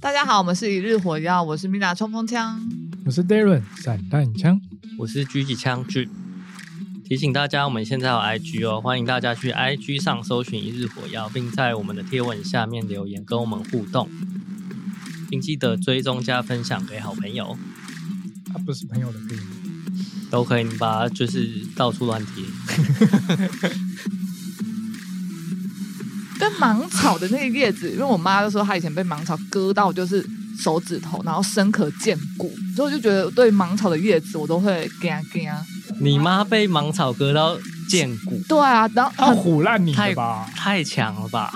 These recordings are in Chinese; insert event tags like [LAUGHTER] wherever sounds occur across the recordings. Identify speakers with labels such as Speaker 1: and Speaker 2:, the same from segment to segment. Speaker 1: 大家好，我们是一日火药，我是米娜冲锋枪。
Speaker 2: 我是 Darren 散弹枪，
Speaker 3: 我是狙击枪狙。提醒大家，我们现在有 IG 哦，欢迎大家去 IG 上搜寻一日火药，并在我们的贴文下面留言跟我们互动，并记得追踪加分享给好朋友，
Speaker 2: 他不是朋友的可以吗？
Speaker 3: 都可以把它就是到处乱贴。
Speaker 1: 跟芒草的那个叶子，因为我妈就说她以前被芒草割到就是手指头，然后深可见骨，所以我就觉得对芒草的叶子我都会干干。
Speaker 3: 你妈被芒草割到见骨，
Speaker 1: 对啊，然后
Speaker 2: 他
Speaker 1: 很
Speaker 2: 唬烂你
Speaker 3: 太
Speaker 2: 的吧？
Speaker 3: 太强了吧？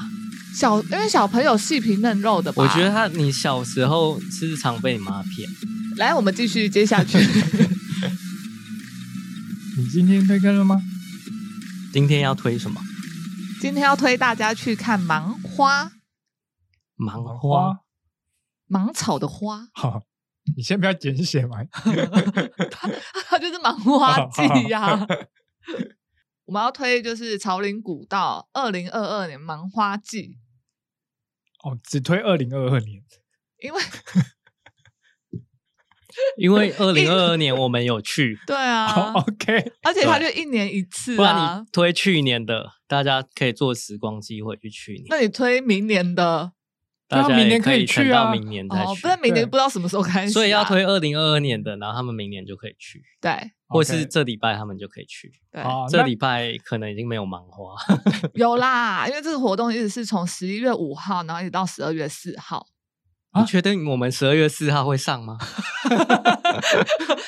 Speaker 1: 小，因为小朋友细皮嫩肉的吧。
Speaker 3: 我觉得他你小时候是不是常被你妈骗，
Speaker 1: 来，我们继续接下去。
Speaker 3: [LAUGHS]
Speaker 2: 你今天推坑了吗？
Speaker 3: 今天要推什么？
Speaker 1: 今天要推大家去看芒花，
Speaker 3: 芒花，，
Speaker 1: 芒草的花， [LAUGHS]
Speaker 2: 好，你先不要简写嘛。
Speaker 1: 就是芒花季呀、
Speaker 3: [LAUGHS]
Speaker 1: 我们要推就是朝林古道二零二二年芒花季，
Speaker 2: 哦，只推二零二二年，
Speaker 1: 因为
Speaker 3: 因为二零二二年我们有去，
Speaker 1: [LAUGHS] 对
Speaker 2: 好
Speaker 1: 啊，
Speaker 2: 哦，OK，
Speaker 1: 而且它就一年一次
Speaker 3: 哦不然
Speaker 1: 啊
Speaker 3: 你。推去年的，大家可以坐时光机回去去年，
Speaker 1: 那你推明年的
Speaker 2: 对啊
Speaker 3: 大家也
Speaker 2: 明年可
Speaker 3: 可
Speaker 2: 以去啊
Speaker 3: 撑到明年再
Speaker 1: 哦，
Speaker 3: 去
Speaker 1: 不，然明年
Speaker 2: 对
Speaker 1: 不知道什么时候开
Speaker 2: 啊
Speaker 1: 始、啊
Speaker 3: 所以要推二零二二年的，然后他们明年就可以去，
Speaker 1: 对
Speaker 3: 或是这礼拜他们就可以去，
Speaker 1: 对，
Speaker 2: 好，
Speaker 3: 这
Speaker 2: 那啊
Speaker 3: 礼拜可能已经没有芒花，
Speaker 1: 有啦，因为这个活动一直是从十一月五号，然后一直到十二月四号。
Speaker 2: 啊
Speaker 3: [LAUGHS] 你确定我们十二月四号会上吗？ [LAUGHS]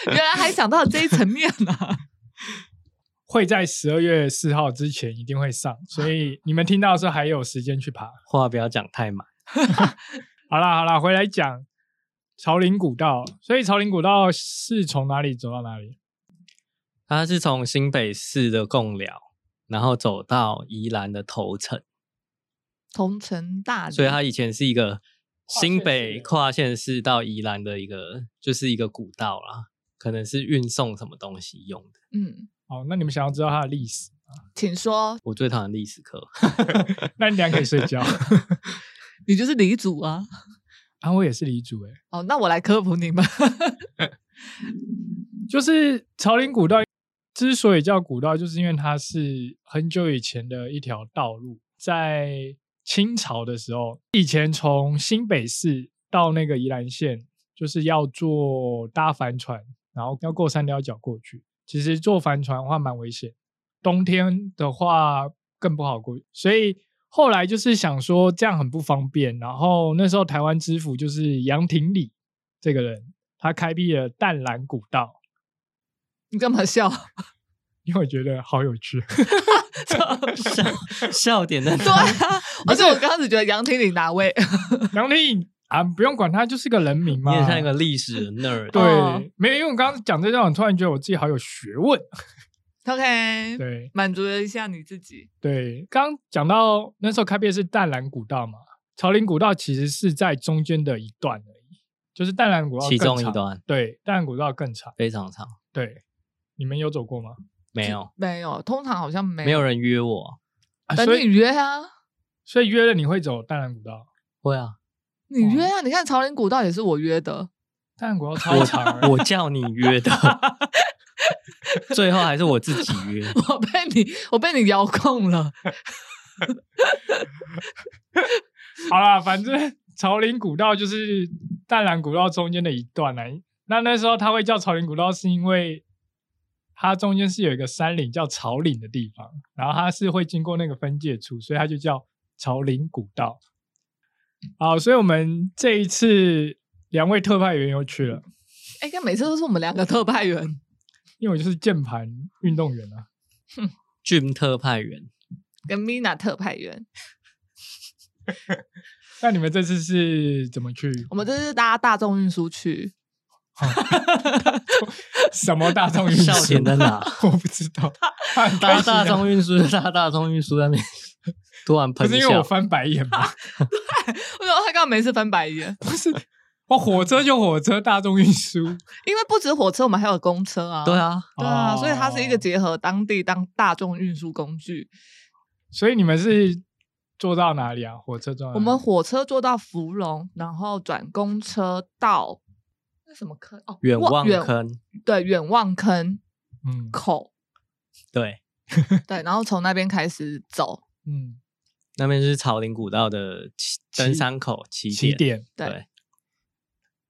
Speaker 1: 原来还想到这一层面呢、 [LAUGHS]
Speaker 2: 会在十二月四号之前一定会上，所以你们听到的时候还有时间去爬。
Speaker 3: 话不要讲太满，
Speaker 2: 好啦好啦，回来讲朝林古道，所以朝林古道是从哪里走到哪里？
Speaker 3: 它是从新北市的贡寮，然后走到宜兰的头城，
Speaker 1: 同城大礼，
Speaker 3: 所以它以前是一个
Speaker 2: 嗯跨县市
Speaker 3: 新北跨县市到宜兰的一个，就是一个古道啦，可能是运送什么东西用的。
Speaker 1: 嗯，
Speaker 2: 哦，那你们想要知道它的历史，
Speaker 1: 请说，
Speaker 3: 我最讨厌历史课， [LAUGHS]
Speaker 2: 那你俩可以睡觉。
Speaker 1: 你就是李主啊。
Speaker 2: 啊，我也是黎族诶、
Speaker 1: 哦，那我来科普你们。 [LAUGHS]
Speaker 2: 就是朝林古道之所以叫古道，就是因为它是很久以前的一条道路，在清朝的时候，以前从新北市到那个宜兰县，就是要坐搭帆船，然后要过山雕角过去。其实坐帆船的话蛮危险，冬天的话更不好过去，所以。后来就是想说这样很不方便，然后那时候台湾知府就是杨廷礼这个人，他开辟了淡蓝古道，
Speaker 1: 你干嘛笑？
Speaker 2: 因为我觉得好有趣。 [LAUGHS]
Speaker 3: 笑笑点在哪
Speaker 1: 对
Speaker 2: [LAUGHS]
Speaker 3: [LAUGHS]
Speaker 1: 啊，而且我刚开始觉得杨廷你哪位？
Speaker 2: 杨丽啊，不用管他，就是个人名嘛。
Speaker 3: 你也像一个历史 nerd，
Speaker 2: 对，
Speaker 1: 哦
Speaker 2: 没有，因为我刚刚讲这段，我突然觉得我自己好有学问。啊
Speaker 1: OK，
Speaker 2: 对
Speaker 1: 满足了一下你自己。
Speaker 2: 对，刚刚讲到那时候开辟的是淡蓝古道嘛，朝林古道其实是在中间的一段而已，就是淡蓝古道
Speaker 3: 其
Speaker 2: 更
Speaker 3: 中一
Speaker 2: 长。
Speaker 3: 段
Speaker 2: 对，淡蓝古道更长。
Speaker 3: 非常长，
Speaker 2: 对，你们有走过吗？
Speaker 3: 没有
Speaker 1: 没有，通常好像没
Speaker 3: 没有人约我，
Speaker 2: 啊、
Speaker 1: 等
Speaker 2: 所
Speaker 1: 你
Speaker 2: 以
Speaker 1: 约啊，
Speaker 2: 所以约了你会走淡蓝古道，
Speaker 3: 会啊，
Speaker 1: 你约啊！你看朝林古道也是我约的， [LAUGHS]
Speaker 2: 淡蓝古道超长而已
Speaker 3: 我我叫你
Speaker 2: [LAUGHS]
Speaker 3: 约的，最后还是我自己约，
Speaker 1: 我被你我被你遥控了。
Speaker 2: 好啦，反正朝林古道就是淡蓝古道中间的一段来、那那时候它会叫朝林古道，是因为它中间是有一个山岭叫朝岭的地方，然后它是会经过那个分界处，所以它就叫朝林古道。好，所以我们这一次两位特派员又去了，
Speaker 1: 哎，看每次都是我们两个特派员，
Speaker 2: 因为我就是键盘运动员啊。
Speaker 3: 俊特派员，
Speaker 1: 跟 Mina 特派员，
Speaker 2: 那你们这次是怎么去？
Speaker 1: 我们这是搭大众运输去。
Speaker 2: 什么大众运输？
Speaker 3: 笑点在哪？
Speaker 2: [LAUGHS] 我不知道。
Speaker 3: 搭大众运输，搭大众运输在那边 [LAUGHS] 突然
Speaker 2: 啊不
Speaker 3: 喷
Speaker 2: 是因为我
Speaker 3: 笑，
Speaker 2: 翻白眼吗？
Speaker 1: 为什么他刚刚每次翻白眼？
Speaker 2: 不是，我火车就火车，大众运输。
Speaker 1: 因为不止火车，我们还有公车啊。
Speaker 3: 对，啊，
Speaker 1: [LAUGHS] 对啊，所以它是一个
Speaker 2: 哦
Speaker 1: 结合当地当大众运输工具。
Speaker 2: 所以你们是坐到哪里啊？火车坐到哪里
Speaker 3: 嗯
Speaker 1: 我们火车坐到芙蓉，然后转公车到那什么坑哦，
Speaker 3: 远
Speaker 1: 望
Speaker 3: 望
Speaker 1: 远
Speaker 3: 坑，
Speaker 1: 对远望坑
Speaker 2: 嗯
Speaker 1: 口，
Speaker 3: 对，
Speaker 1: 对，然后从那边开始走，
Speaker 2: 嗯
Speaker 3: 那边是草林古道的起登山口起
Speaker 2: 起
Speaker 3: 点。
Speaker 2: 点，
Speaker 1: 对
Speaker 3: 对，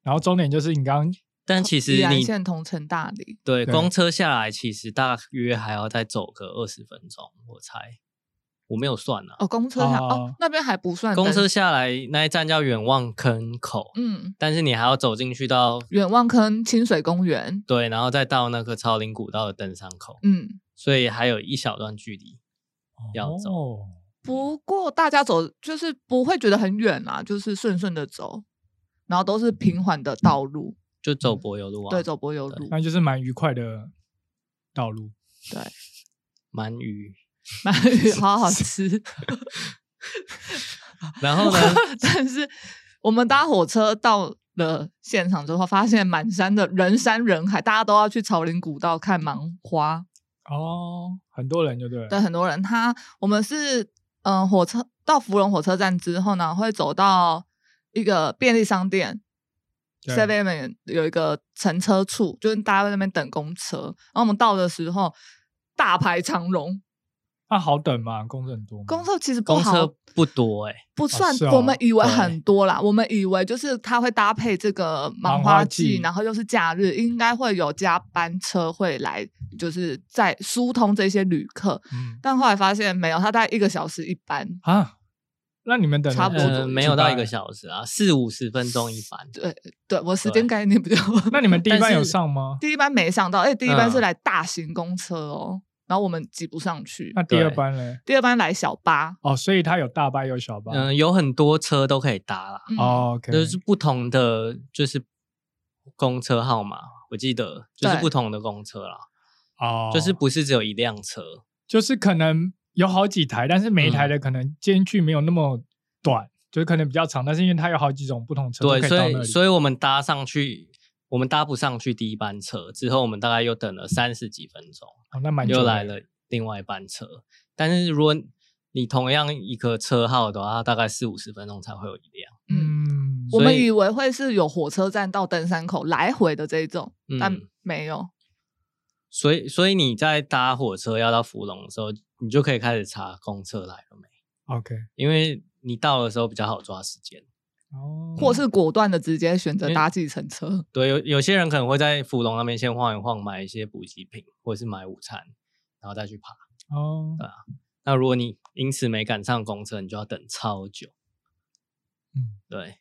Speaker 2: 然后终点就是你刚刚
Speaker 3: 但其
Speaker 1: 宜
Speaker 3: 实
Speaker 1: 兰
Speaker 3: 你
Speaker 1: 县同城大理，
Speaker 3: 对
Speaker 2: 对
Speaker 3: 公车下来，其实大约还要再走个二十分钟，我猜，我没有算啊。
Speaker 1: 哦，公车上哦
Speaker 2: 哦
Speaker 1: 那边还不算
Speaker 3: 公
Speaker 1: 登
Speaker 3: 车，下来那一站叫远望坑口，
Speaker 1: 嗯，
Speaker 3: 但是你还要走进去到
Speaker 1: 远望坑清水公园，
Speaker 3: 对，然后再到那个超林古道的登山口，
Speaker 1: 嗯，
Speaker 3: 所以还有一小段距离。要走
Speaker 2: 哦
Speaker 1: 不过大家走就是不会觉得很远啦，就是顺顺的走，然后都是平缓的道路，
Speaker 3: 就走柏油路啊，
Speaker 1: 嗯对，走柏油路， [LAUGHS]
Speaker 2: 那就是蛮愉快的道路。
Speaker 1: 对，[LAUGHS]
Speaker 3: 鳗鱼。
Speaker 1: 鳗鱼好好吃。 [LAUGHS]
Speaker 3: 然后呢，
Speaker 1: 但是我们搭火车到了现场之后，发现满山的人山人海，大家都要去朝林古道看芒花。
Speaker 2: 哦，很多人就对了，
Speaker 1: 对，很多人他我们是嗯、呃火车到芙蓉火车站之后呢，会走到一个便利商店。
Speaker 2: 对
Speaker 1: Seven Eleven 有一个乘车处，就是大家在那边等公车。然后我们到的时候，大排长龙。
Speaker 2: 那、好等嘛，公车很多吗，
Speaker 1: 公车其实不
Speaker 3: 公
Speaker 1: 好
Speaker 3: 车不多哎、
Speaker 1: 不算，
Speaker 2: 是
Speaker 1: 我们
Speaker 2: 哦
Speaker 1: 以为
Speaker 3: 对
Speaker 1: 很多啦，我们以为就是它会搭配这个
Speaker 2: 芒
Speaker 1: 芒
Speaker 2: 花
Speaker 1: 花季，
Speaker 2: 季
Speaker 1: 然后又是假日，应该会有加班车会来，就是在疏通这些旅客。
Speaker 2: 嗯
Speaker 1: 但后来发现没有，它大概一个小时一班，
Speaker 2: 啊，那你们等了
Speaker 1: 差不多
Speaker 2: 几
Speaker 1: 左右
Speaker 3: 呃，没有到一
Speaker 2: 班
Speaker 3: 个小时啊，四五十分钟一班。
Speaker 1: 对我时
Speaker 3: 对
Speaker 1: 间概念比较。
Speaker 3: [LAUGHS]
Speaker 2: 那你们第一
Speaker 3: 但
Speaker 2: 班有
Speaker 3: 是
Speaker 2: 上吗？
Speaker 1: 第一班没上到，而且哎第一班是
Speaker 3: 嗯
Speaker 1: 来大型公车哦，然后我们挤不上去
Speaker 2: 那。第二
Speaker 3: 对
Speaker 2: 班嘞？
Speaker 1: 第二班来小巴，
Speaker 2: 哦，所以它有大班有小班。
Speaker 3: 嗯、有很多车都可以搭啦，
Speaker 1: 嗯，
Speaker 2: 哦，OK，
Speaker 3: 就是不同的就是公车号码，我记得就是
Speaker 1: 对
Speaker 3: 不同的公车啦，
Speaker 2: 哦，
Speaker 3: 就是不是只有一辆车。
Speaker 2: 就是可能有好几台，但是每一台
Speaker 3: 嗯
Speaker 2: 的可能间距没有那么短，就是可能比较长，但是因为它有好几种不同车都
Speaker 3: 对，
Speaker 2: 可
Speaker 3: 所
Speaker 2: 到那
Speaker 3: 以
Speaker 2: 里
Speaker 3: 所以我们搭上去，我们搭不上去第一班车，之后我们大概又等了三十几分钟，
Speaker 2: 哦，那蛮久
Speaker 3: 又
Speaker 2: 的
Speaker 3: 来了另外一班车。但是如果你同样一个车号的话，它大概四五十分钟才会有一辆。
Speaker 1: 嗯，
Speaker 2: 嗯，
Speaker 1: 我
Speaker 3: 所以
Speaker 1: 们以为会是有火车站到登山口来回的这一种，但
Speaker 3: 嗯
Speaker 1: 没有。
Speaker 3: 所以所以你在搭火车要到芙蓉的时候，你就可以开始查公车来了没，
Speaker 2: OK，
Speaker 3: 因为你到的时候比较好抓时间。
Speaker 2: 哦，
Speaker 3: 嗯
Speaker 1: 或是果断的直接选择搭计程车。
Speaker 3: 对，有有些人可能会在芙蓉那边先晃一晃，买一些补给品，或者是买午餐，然后再去爬。
Speaker 2: 哦，
Speaker 3: 那如果你因此没赶上公车，你就要等超久。
Speaker 2: 嗯，
Speaker 3: 对。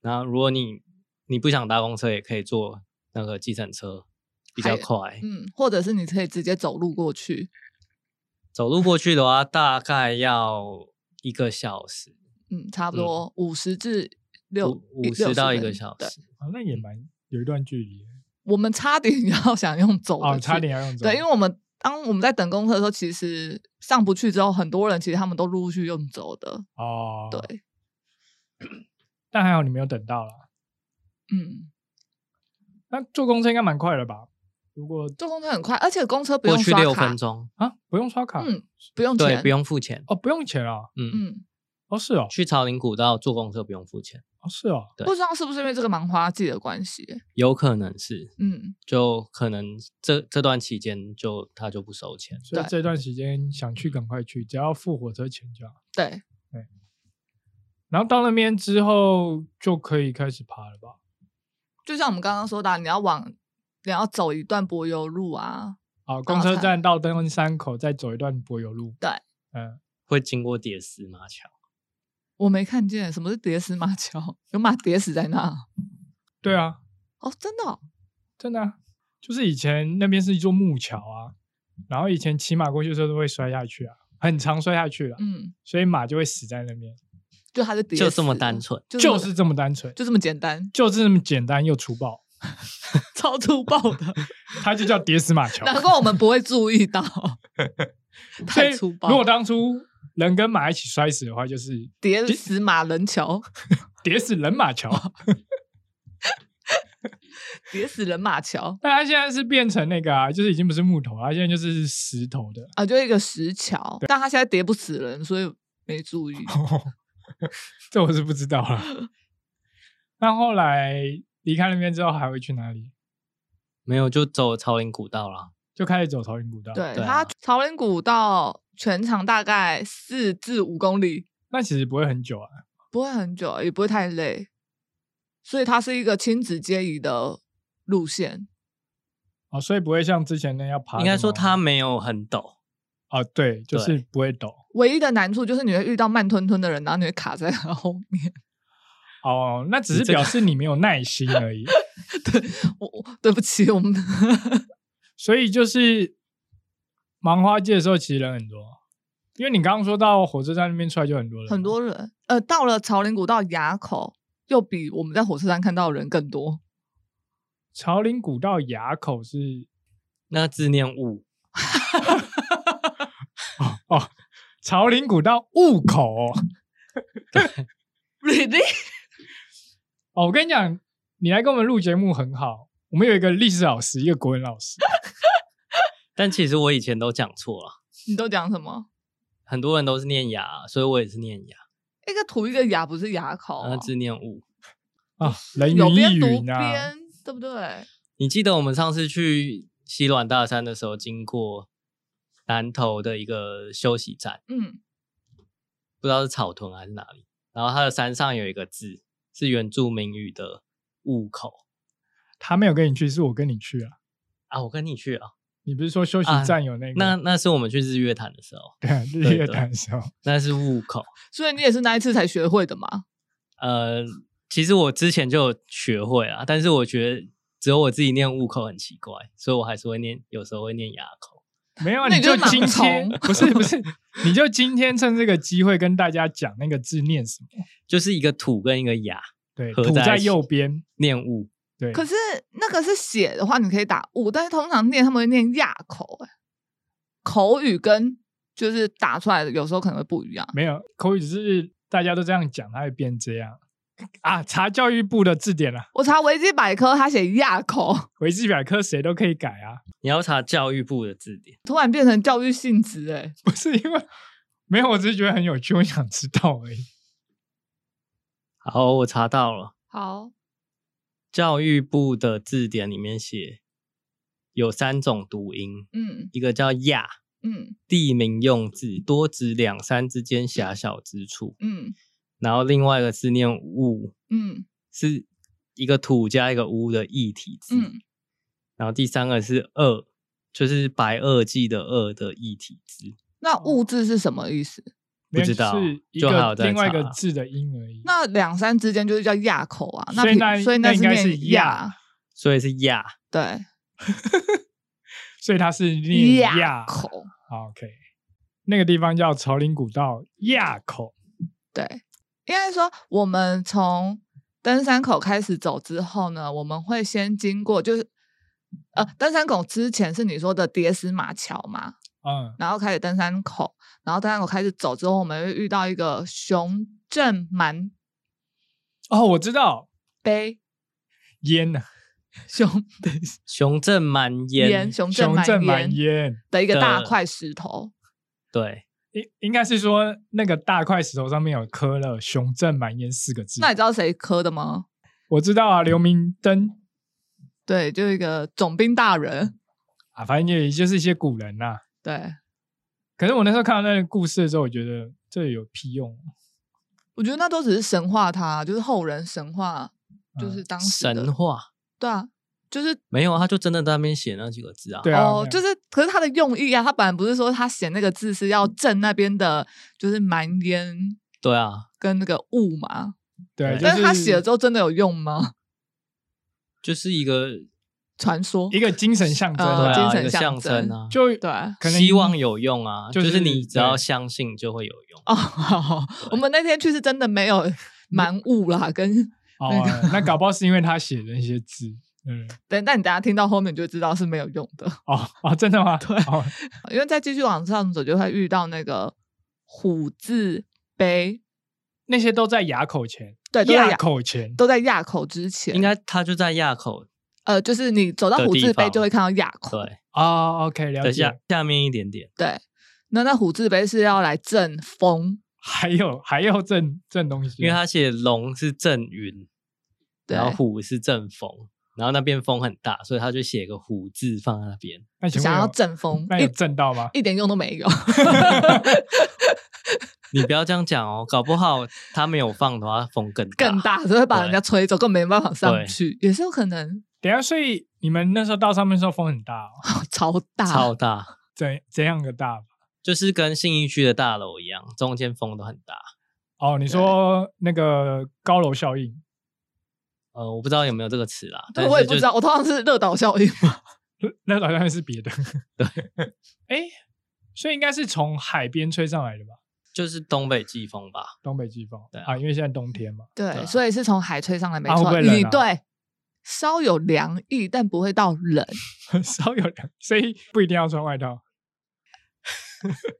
Speaker 3: 然后如果你你不想搭公车，也可以坐那个计程车，比较
Speaker 1: 还
Speaker 3: 快。
Speaker 1: 嗯，或者是你可以直接走路过去，
Speaker 3: 走路过去的话，大概要一个小时，
Speaker 1: 嗯，差不多五十至六
Speaker 3: 五五十到一个
Speaker 1: 分
Speaker 3: 小
Speaker 1: 对
Speaker 3: 时。
Speaker 2: 哦那也蛮有一段距离
Speaker 1: 我们差点 [LAUGHS] 要想用走的
Speaker 2: 哦，
Speaker 1: 去
Speaker 2: 差点要用走，
Speaker 1: 对，因为我们当我们在等公车的时候，其实上不去之后，很多人其实他们都陆陆续续用走的。
Speaker 2: 哦，
Speaker 1: 对，
Speaker 2: 但还好你没有等到啦。
Speaker 1: 嗯，
Speaker 2: 那坐公车应该蛮快的吧？如果
Speaker 1: 坐公车很快，而且公车不
Speaker 3: 过
Speaker 1: 用
Speaker 3: 去
Speaker 1: 刷
Speaker 3: 六
Speaker 1: 卡
Speaker 3: 分，钟，
Speaker 2: 啊，不用刷卡，
Speaker 1: 嗯，不用
Speaker 3: 对，
Speaker 1: 钱，
Speaker 3: 不，用付钱。
Speaker 2: 哦，不用钱啊，
Speaker 3: 嗯，
Speaker 1: 嗯，
Speaker 2: 哦是哦，
Speaker 3: 去朝林古道坐公车不用付钱，
Speaker 2: 哦是哦，
Speaker 3: 对
Speaker 1: 不知道是不是因为这个芒花季的关系，
Speaker 3: 有可能是，
Speaker 1: 嗯，
Speaker 3: 就可能这这段期间就他就不收钱。
Speaker 2: 所以
Speaker 1: 对
Speaker 2: 这段时间想去赶快去，只要付火车钱就好。
Speaker 1: 对，
Speaker 2: 然后到那边之后就可以开始爬了吧？
Speaker 1: 就像我们刚刚说的啊，你要往你要走一段柏油路啊，
Speaker 2: 好，公
Speaker 1: 后
Speaker 2: 车
Speaker 1: 才
Speaker 2: 站到登山口，再走一段柏油路。
Speaker 1: 对，
Speaker 2: 嗯，
Speaker 3: 会经过铁丝马桥，
Speaker 1: 我没看见什么是叠死马桥，有马叠死在那。
Speaker 2: 对啊，
Speaker 1: 哦，真的哦、
Speaker 2: 真的、啊，就是以前那边是一座木桥啊，然后以前骑马过去的时候都会摔下去啊，很常摔下去了、
Speaker 1: 嗯，
Speaker 2: 所以马就会死在那边，
Speaker 1: 就它是叠死
Speaker 3: 就
Speaker 1: 的，
Speaker 3: 这么单纯。
Speaker 1: 就
Speaker 2: 就
Speaker 1: 这
Speaker 2: 是
Speaker 1: 么
Speaker 2: 这么单纯，
Speaker 1: 就这么简单， [LAUGHS]
Speaker 2: 就是这么简单又粗暴，
Speaker 1: 超粗暴的，
Speaker 2: 它就叫叠死马桥。
Speaker 1: 难怪我们不会注意
Speaker 2: [LAUGHS]
Speaker 1: 到，
Speaker 2: 所以
Speaker 1: 太粗
Speaker 2: 如
Speaker 1: 暴
Speaker 2: 果。当初人跟马一起摔死的话，就是
Speaker 1: 叠死马人桥，
Speaker 2: 叠死人
Speaker 1: [LAUGHS]
Speaker 2: 马桥。
Speaker 1: 叠死人马桥
Speaker 2: 但它现在是变成那个啊，就是已经不是木头了，它现在就是石头的。
Speaker 1: 啊，就一个石桥，但它现在叠不死人，所以没
Speaker 2: [LAUGHS]
Speaker 1: 注意。
Speaker 2: 哦这我是不知道
Speaker 1: [LAUGHS]
Speaker 2: 了。那后来离开那边之后，还会去哪里？
Speaker 3: 没有就走朝林古道啦。
Speaker 2: 就开始走朝林古道。
Speaker 1: 对，
Speaker 3: 对啊
Speaker 1: 它朝林古道全长大概四至五公里，
Speaker 2: 那其实不会很久啊。
Speaker 1: 不会很久，也不会太累，所以它是一个亲子皆宜的路线。
Speaker 2: 哦，所以不会像之前那样爬什么。
Speaker 3: 应该说它没有很陡，
Speaker 2: 哦，对，就是
Speaker 3: 对
Speaker 2: 不会陡。
Speaker 1: 唯一的难处就是你会遇到慢吞吞的人，然后你会卡在他后面。
Speaker 2: 哦，那只是
Speaker 3: 你这个
Speaker 2: 表示你没有耐心而已。
Speaker 1: 我我对不起，我们
Speaker 2: 所以就是芒花季的时候，其实人很多，因为你刚刚说到火车站那边出来就很多人嘛，
Speaker 1: 很多人，呃，到了朝林古道垭口，又比我们在火车站看到的人更多。 [LAUGHS]
Speaker 2: 朝林古道垭口是
Speaker 3: 那字念雾，
Speaker 2: 哦，朝林古道雾口哦。嗯
Speaker 1: Really？
Speaker 2: 哦我跟你讲，你来跟我们录节目很好，我们有一个历史老师，一个国文老师，
Speaker 3: 但其实我以前都讲错了，
Speaker 1: 你都讲什么？
Speaker 3: 很多人都是念雅，啊所以我也是念雅，
Speaker 1: 一个土一个垭，不是垭口、
Speaker 3: 那
Speaker 1: 啊，
Speaker 3: 字念雾。
Speaker 2: 啊，人
Speaker 1: 有
Speaker 2: 云亦
Speaker 1: 边读
Speaker 2: 云啊
Speaker 1: 边，，对不对？
Speaker 3: 你记得我们上次去西峦大山的时候，经过南投的一个休息站，
Speaker 1: 嗯，
Speaker 3: 不知道是草屯还是哪里，然后它的山上有一个字是原住民语的雾口
Speaker 2: 他没有跟你去，是我跟你去啊。
Speaker 3: 啊，我跟你去啊，
Speaker 2: 你不是说休息
Speaker 3: 啊
Speaker 2: 站有那个、
Speaker 3: 那那是我们去日月潭的时候，
Speaker 2: 对啊日
Speaker 3: 对
Speaker 2: 月
Speaker 3: 对
Speaker 2: 潭的时候，
Speaker 3: 那是雾口，
Speaker 1: 所以你也是那一次才学会的嘛？
Speaker 3: 呃，其实我之前就有学会啊，但是我觉得只有我自己念雾口很奇怪，所以我还是会念，有时候会念牙口。
Speaker 2: 没有啊，
Speaker 1: 那
Speaker 2: 你
Speaker 1: 你就是盲
Speaker 2: 今天 [LAUGHS]
Speaker 1: 从
Speaker 2: 不是不是，你就今天趁这个机会跟大家讲那个字念什么，
Speaker 3: 就是一个土跟一个牙
Speaker 2: 对，
Speaker 3: 合
Speaker 2: 土
Speaker 3: 在
Speaker 2: 在
Speaker 3: 一起
Speaker 2: 右边，
Speaker 3: 念雾，
Speaker 2: 对，
Speaker 1: 可是那个是写的话，你可以打雾，但是通常念他们会念亚口、欸，口语跟就是打出来的有时候可能会不一样。
Speaker 2: 没有口语只是大家都这样讲，它会变这样啊。查教育部的字典啊，
Speaker 1: 我查维基百科，它写亚口，
Speaker 2: 维基百科谁都可以改啊，
Speaker 3: 你要查教育部的字典。
Speaker 1: 突然变成教育性质，哎，
Speaker 2: [LAUGHS] 不是因为没有，我只是觉得很有趣，我想知道而已。
Speaker 3: 好，我查到了，
Speaker 1: 好，
Speaker 3: 教育部的字典里面写有三种读音，
Speaker 1: 嗯
Speaker 3: 一个叫亚，
Speaker 1: 嗯
Speaker 3: 地名用字，多指两山之间狭小之处，
Speaker 1: 嗯
Speaker 3: 然后另外一个是念雾，
Speaker 1: 嗯
Speaker 3: 是一个土加一个乌的异体字。
Speaker 1: 嗯，
Speaker 3: 然后第三个是二，就是白垩纪的二的异体字。
Speaker 1: 那
Speaker 2: 嗯
Speaker 1: 物字是什么意思？
Speaker 2: 没有
Speaker 3: 知道
Speaker 2: 就是一
Speaker 3: 就还有
Speaker 2: 个
Speaker 3: 在
Speaker 2: 另外一个
Speaker 3: 查
Speaker 2: 字的音而已。
Speaker 1: 那两山之间就是叫亚口啊，那
Speaker 2: 所以
Speaker 1: 平
Speaker 2: 那
Speaker 1: 所以
Speaker 2: 那
Speaker 1: 是
Speaker 2: 应该是
Speaker 1: 念
Speaker 2: 亚
Speaker 1: 亚，
Speaker 3: 所以是亚，
Speaker 1: 对，
Speaker 2: 所以它是念亚
Speaker 1: 亚口，
Speaker 2: 好，OK，那个地方叫朝林古道垭口。
Speaker 1: 对，应该说我们从登山口开始走之后呢，我们会先经过就是。呃，登山口之前是你说的叠石马桥嘛，
Speaker 2: 嗯，
Speaker 1: 然后开始登山口，然后登山口开始走之后，我们会遇到一个熊正蛮
Speaker 2: 哦，我知道
Speaker 1: 碑
Speaker 2: 烟呐，
Speaker 1: 熊等一下
Speaker 3: 雄镇蛮
Speaker 1: 岩
Speaker 3: 烟，
Speaker 1: 熊正
Speaker 2: 熊正
Speaker 1: 蛮
Speaker 2: 满
Speaker 1: 岩
Speaker 2: 烟，
Speaker 1: 的一个大
Speaker 3: 的
Speaker 1: 块石头，
Speaker 3: 对，
Speaker 2: 应应该是说那个大块石头上面有刻了“熊正满烟”四个字
Speaker 1: 那。你知道谁刻的吗？
Speaker 2: 我知道啊，刘明灯
Speaker 1: 对，就一个总兵大人，
Speaker 2: 啊，反正也就是一些古人呐、
Speaker 1: 对
Speaker 2: 可是我那时候看到那个故事的时候，我觉得这有屁用吗？
Speaker 1: 我觉得那都只是神话他，就是后人神话，就是当时的
Speaker 3: 神话
Speaker 1: 对啊，就是
Speaker 3: 没有啊，他就真的在那边写那几个字啊。
Speaker 2: 对啊
Speaker 1: 哦
Speaker 2: 没，有
Speaker 1: 就是，可是他的用意啊，他本来不是说他写那个字是要正那边的，就是蛮烟
Speaker 3: 对啊，
Speaker 1: 跟那个雾嘛，
Speaker 2: 对，啊
Speaker 3: 对
Speaker 2: 就
Speaker 1: 但
Speaker 2: 是
Speaker 1: 是他写了之后真的有用吗？
Speaker 3: 就是一个
Speaker 1: 传说
Speaker 2: 一个精神象征、
Speaker 1: 呃
Speaker 3: 对
Speaker 1: 精
Speaker 3: 啊，
Speaker 1: 神
Speaker 3: 一个
Speaker 1: 象
Speaker 3: 象征
Speaker 1: 征
Speaker 3: 啊，
Speaker 2: 就
Speaker 1: 对哦
Speaker 2: 可能
Speaker 3: 希望有用啊，
Speaker 2: 就
Speaker 3: 就是是你只要
Speaker 2: 对
Speaker 3: 相信就会有用。
Speaker 1: 哦，好好我们那天去是真的没有蛮雾啦，跟
Speaker 2: 哦
Speaker 1: 那个，
Speaker 2: 那搞不好是因为他写的那些字，嗯，
Speaker 1: 等但你等一下听到后面你就知道是没有用的，
Speaker 2: 哦哦，真的吗？ [LAUGHS] 对，哦、
Speaker 1: 因为再继续往上走就会遇到那个虎字碑，
Speaker 2: 那些都在垭口前，
Speaker 1: 对都在
Speaker 2: 垭
Speaker 1: 垭
Speaker 2: 口前，
Speaker 1: 都在垭口之前，
Speaker 3: 应该他就在亚口，
Speaker 1: 呃，就是你走到
Speaker 3: 的
Speaker 1: 虎
Speaker 3: 地
Speaker 1: 字碑
Speaker 3: 方
Speaker 1: 就会看到垭口，
Speaker 3: 对，
Speaker 2: 哦，OK，了
Speaker 3: 的
Speaker 2: 解
Speaker 3: 下。下面一点点，
Speaker 1: 对，那那虎字碑是要来镇风，
Speaker 2: 还有还要正正东西，
Speaker 3: 因为他写龙是正云，
Speaker 1: 对
Speaker 3: 然后虎是正风，然后那边风很大，所以他就写个虎字放在那边。
Speaker 2: 那请问
Speaker 1: 想要
Speaker 2: 有
Speaker 1: 正风，
Speaker 2: 那有正到吗？
Speaker 1: 一一点用都没有。
Speaker 3: 你不要这样讲哦，搞不好他没有放的话，风更大
Speaker 1: 更。大，所以会把人家吹走，更没办法上
Speaker 3: 对
Speaker 1: 去，也是有可能。
Speaker 2: 等一下，所以你们那时候到上面的时候风很大、哦，
Speaker 1: 超大，
Speaker 3: 超大，
Speaker 2: 怎怎样个大？
Speaker 3: 就是跟信义区的大楼一样，中间风都很大。
Speaker 2: 哦，你说那个高楼效应，
Speaker 3: 呃，我不知道有没有这个词啦，但
Speaker 1: 对我也
Speaker 3: 是
Speaker 1: 不
Speaker 3: 就
Speaker 1: 知道，我通常是热岛效应嘛。
Speaker 2: 那好像是别的。 [LAUGHS] 对，哎，所以应该是从海边吹上来的吧？
Speaker 3: 就是东北季风吧。
Speaker 2: 东北季风
Speaker 3: 对啊
Speaker 2: 啊，因为现在冬天嘛。
Speaker 1: 对
Speaker 3: 啊，
Speaker 1: 所以是从海吹上来，没
Speaker 2: 啊会不
Speaker 1: 错。
Speaker 2: 会冷啊
Speaker 1: 雨对稍有凉意，但不会到冷。
Speaker 2: 稍有凉，所以不一定要穿外套。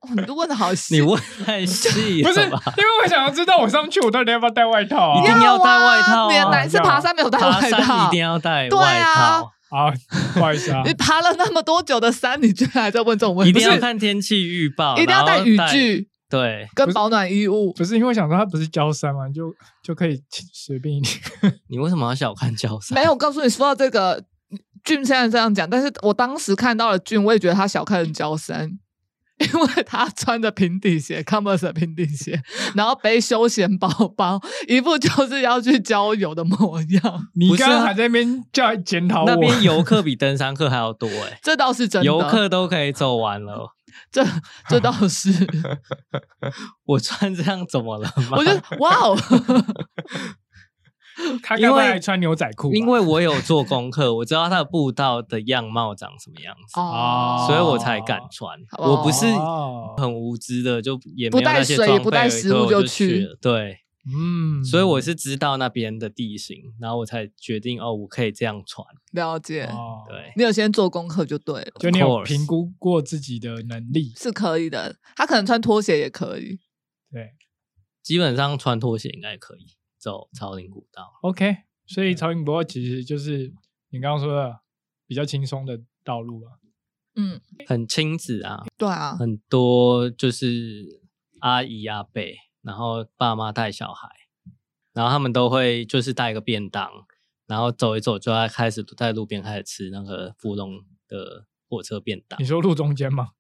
Speaker 1: 哦你都问的好细，
Speaker 3: 你问太细
Speaker 2: 不是，
Speaker 1: [LAUGHS]
Speaker 2: 因
Speaker 3: 了吧？
Speaker 2: 为我想要知道我上去我到底要不要带外套啊
Speaker 3: 一？定要带外套啊
Speaker 1: 你的哪一次爬山没有带
Speaker 3: 爬
Speaker 1: 外
Speaker 3: 山
Speaker 1: 套？
Speaker 3: 一定要带
Speaker 1: 对
Speaker 3: 外
Speaker 1: 啊
Speaker 3: 套，
Speaker 2: 啊，不好意思啊
Speaker 3: 呃
Speaker 1: 你，爬了那么多久的山，你居然还在问这种问题？
Speaker 3: 一定要
Speaker 1: 不是
Speaker 3: 看天气预报，
Speaker 1: 一定要
Speaker 3: 然
Speaker 1: 带
Speaker 3: 后
Speaker 1: 雨。具
Speaker 3: 对，
Speaker 1: 跟保暖衣物。
Speaker 2: 不是因为我想说它不是焦山嘛，就就可以随便一点。
Speaker 3: 你为什么要小看 [LAUGHS] 焦山？
Speaker 1: 没有，我告诉你，说到这个，俊现在这样讲，但是我当时看到了俊，我也觉得他小看人焦山， [LAUGHS] 因为他穿着平底鞋，Converse 的平底鞋， [LAUGHS] 然后背休闲包包，一副就是要去郊游的模样。 [LAUGHS]
Speaker 2: 你
Speaker 3: 不是啊
Speaker 2: 刚刚还在那边叫检讨我
Speaker 3: 那，边游客比登山客还要多哎、
Speaker 1: 这倒是 [LAUGHS] 真的，
Speaker 3: 游客都可以走完了，
Speaker 1: 这这倒是， [LAUGHS]
Speaker 3: 我穿这样怎么了
Speaker 1: [LAUGHS]
Speaker 3: 吗？
Speaker 1: 我觉得哇哦，
Speaker 2: 他
Speaker 3: 因
Speaker 2: 刚
Speaker 3: 为
Speaker 2: 刚还穿牛仔裤吧，
Speaker 3: 因为我有做功课，我知道它的步道的样貌长什么样子，
Speaker 1: 哦，
Speaker 3: 所以我才敢穿。
Speaker 1: 哦
Speaker 3: 我不是
Speaker 2: 哦
Speaker 3: 很无知的，就也
Speaker 1: 不
Speaker 3: 没有
Speaker 1: 带
Speaker 3: 那些
Speaker 1: 水也
Speaker 3: 装备，
Speaker 1: 不带食
Speaker 3: 所以
Speaker 1: 物
Speaker 3: 我就
Speaker 1: 就去
Speaker 3: 了对，
Speaker 2: 嗯，
Speaker 3: 所以我是知道那边的地形，然后我才决定哦，我可以这样穿。
Speaker 1: 了解。
Speaker 2: 哦，
Speaker 3: 对，
Speaker 1: 你有先做功课就对了，
Speaker 2: 就你有
Speaker 3: course
Speaker 2: 评估过自己的能力，
Speaker 1: 是可以的。他可能穿拖鞋也可以，
Speaker 2: 对
Speaker 3: 基本上穿拖鞋应该可以走朝林古道。
Speaker 2: ，OK。所以朝云博其实就是你刚刚说的比较轻松的道路啊，
Speaker 1: 嗯，
Speaker 3: 很亲子啊，
Speaker 1: 对啊，
Speaker 3: 很多就是阿姨阿伯，然后爸妈带小孩，然后他们都会就是带个便当，然后走一走就要开始在路边开始吃那个芙蓉的火车便当
Speaker 2: 你，说路中间吗？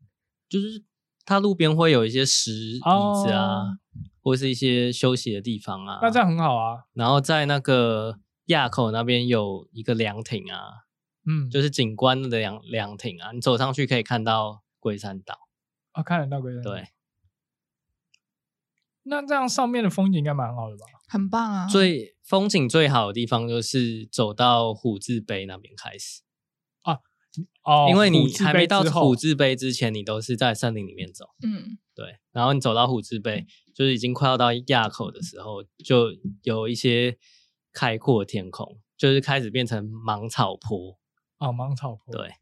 Speaker 3: 就是它路边会有一些石椅子啊，
Speaker 2: 哦
Speaker 3: 或是一些休息的地方啊。
Speaker 2: 那这样很好啊，
Speaker 3: 然后在那个垭口那边有一个凉亭啊，
Speaker 2: 嗯，
Speaker 3: 就是景观的凉凉亭啊，你走上去可以看到龟山岛。
Speaker 2: 啊，看得到龟山。
Speaker 3: 对，，
Speaker 2: 那这样上面的风景应该蛮好的吧？
Speaker 1: 很棒啊。
Speaker 3: 最风景最好的地方就是走到虎字碑那边开始，
Speaker 2: 哦，
Speaker 3: 因为
Speaker 2: 虎
Speaker 3: 你
Speaker 2: 字
Speaker 3: 还
Speaker 2: 碑
Speaker 3: 没到
Speaker 2: 之后
Speaker 3: 虎字碑之前，你都是在森林里面走。
Speaker 1: 嗯，
Speaker 3: 对，然后你走到虎字碑，就是已经快要到垭口的时候，就有一些开阔天空，就是开始变成芒草坡。
Speaker 2: 哦，芒草坡，
Speaker 3: 对，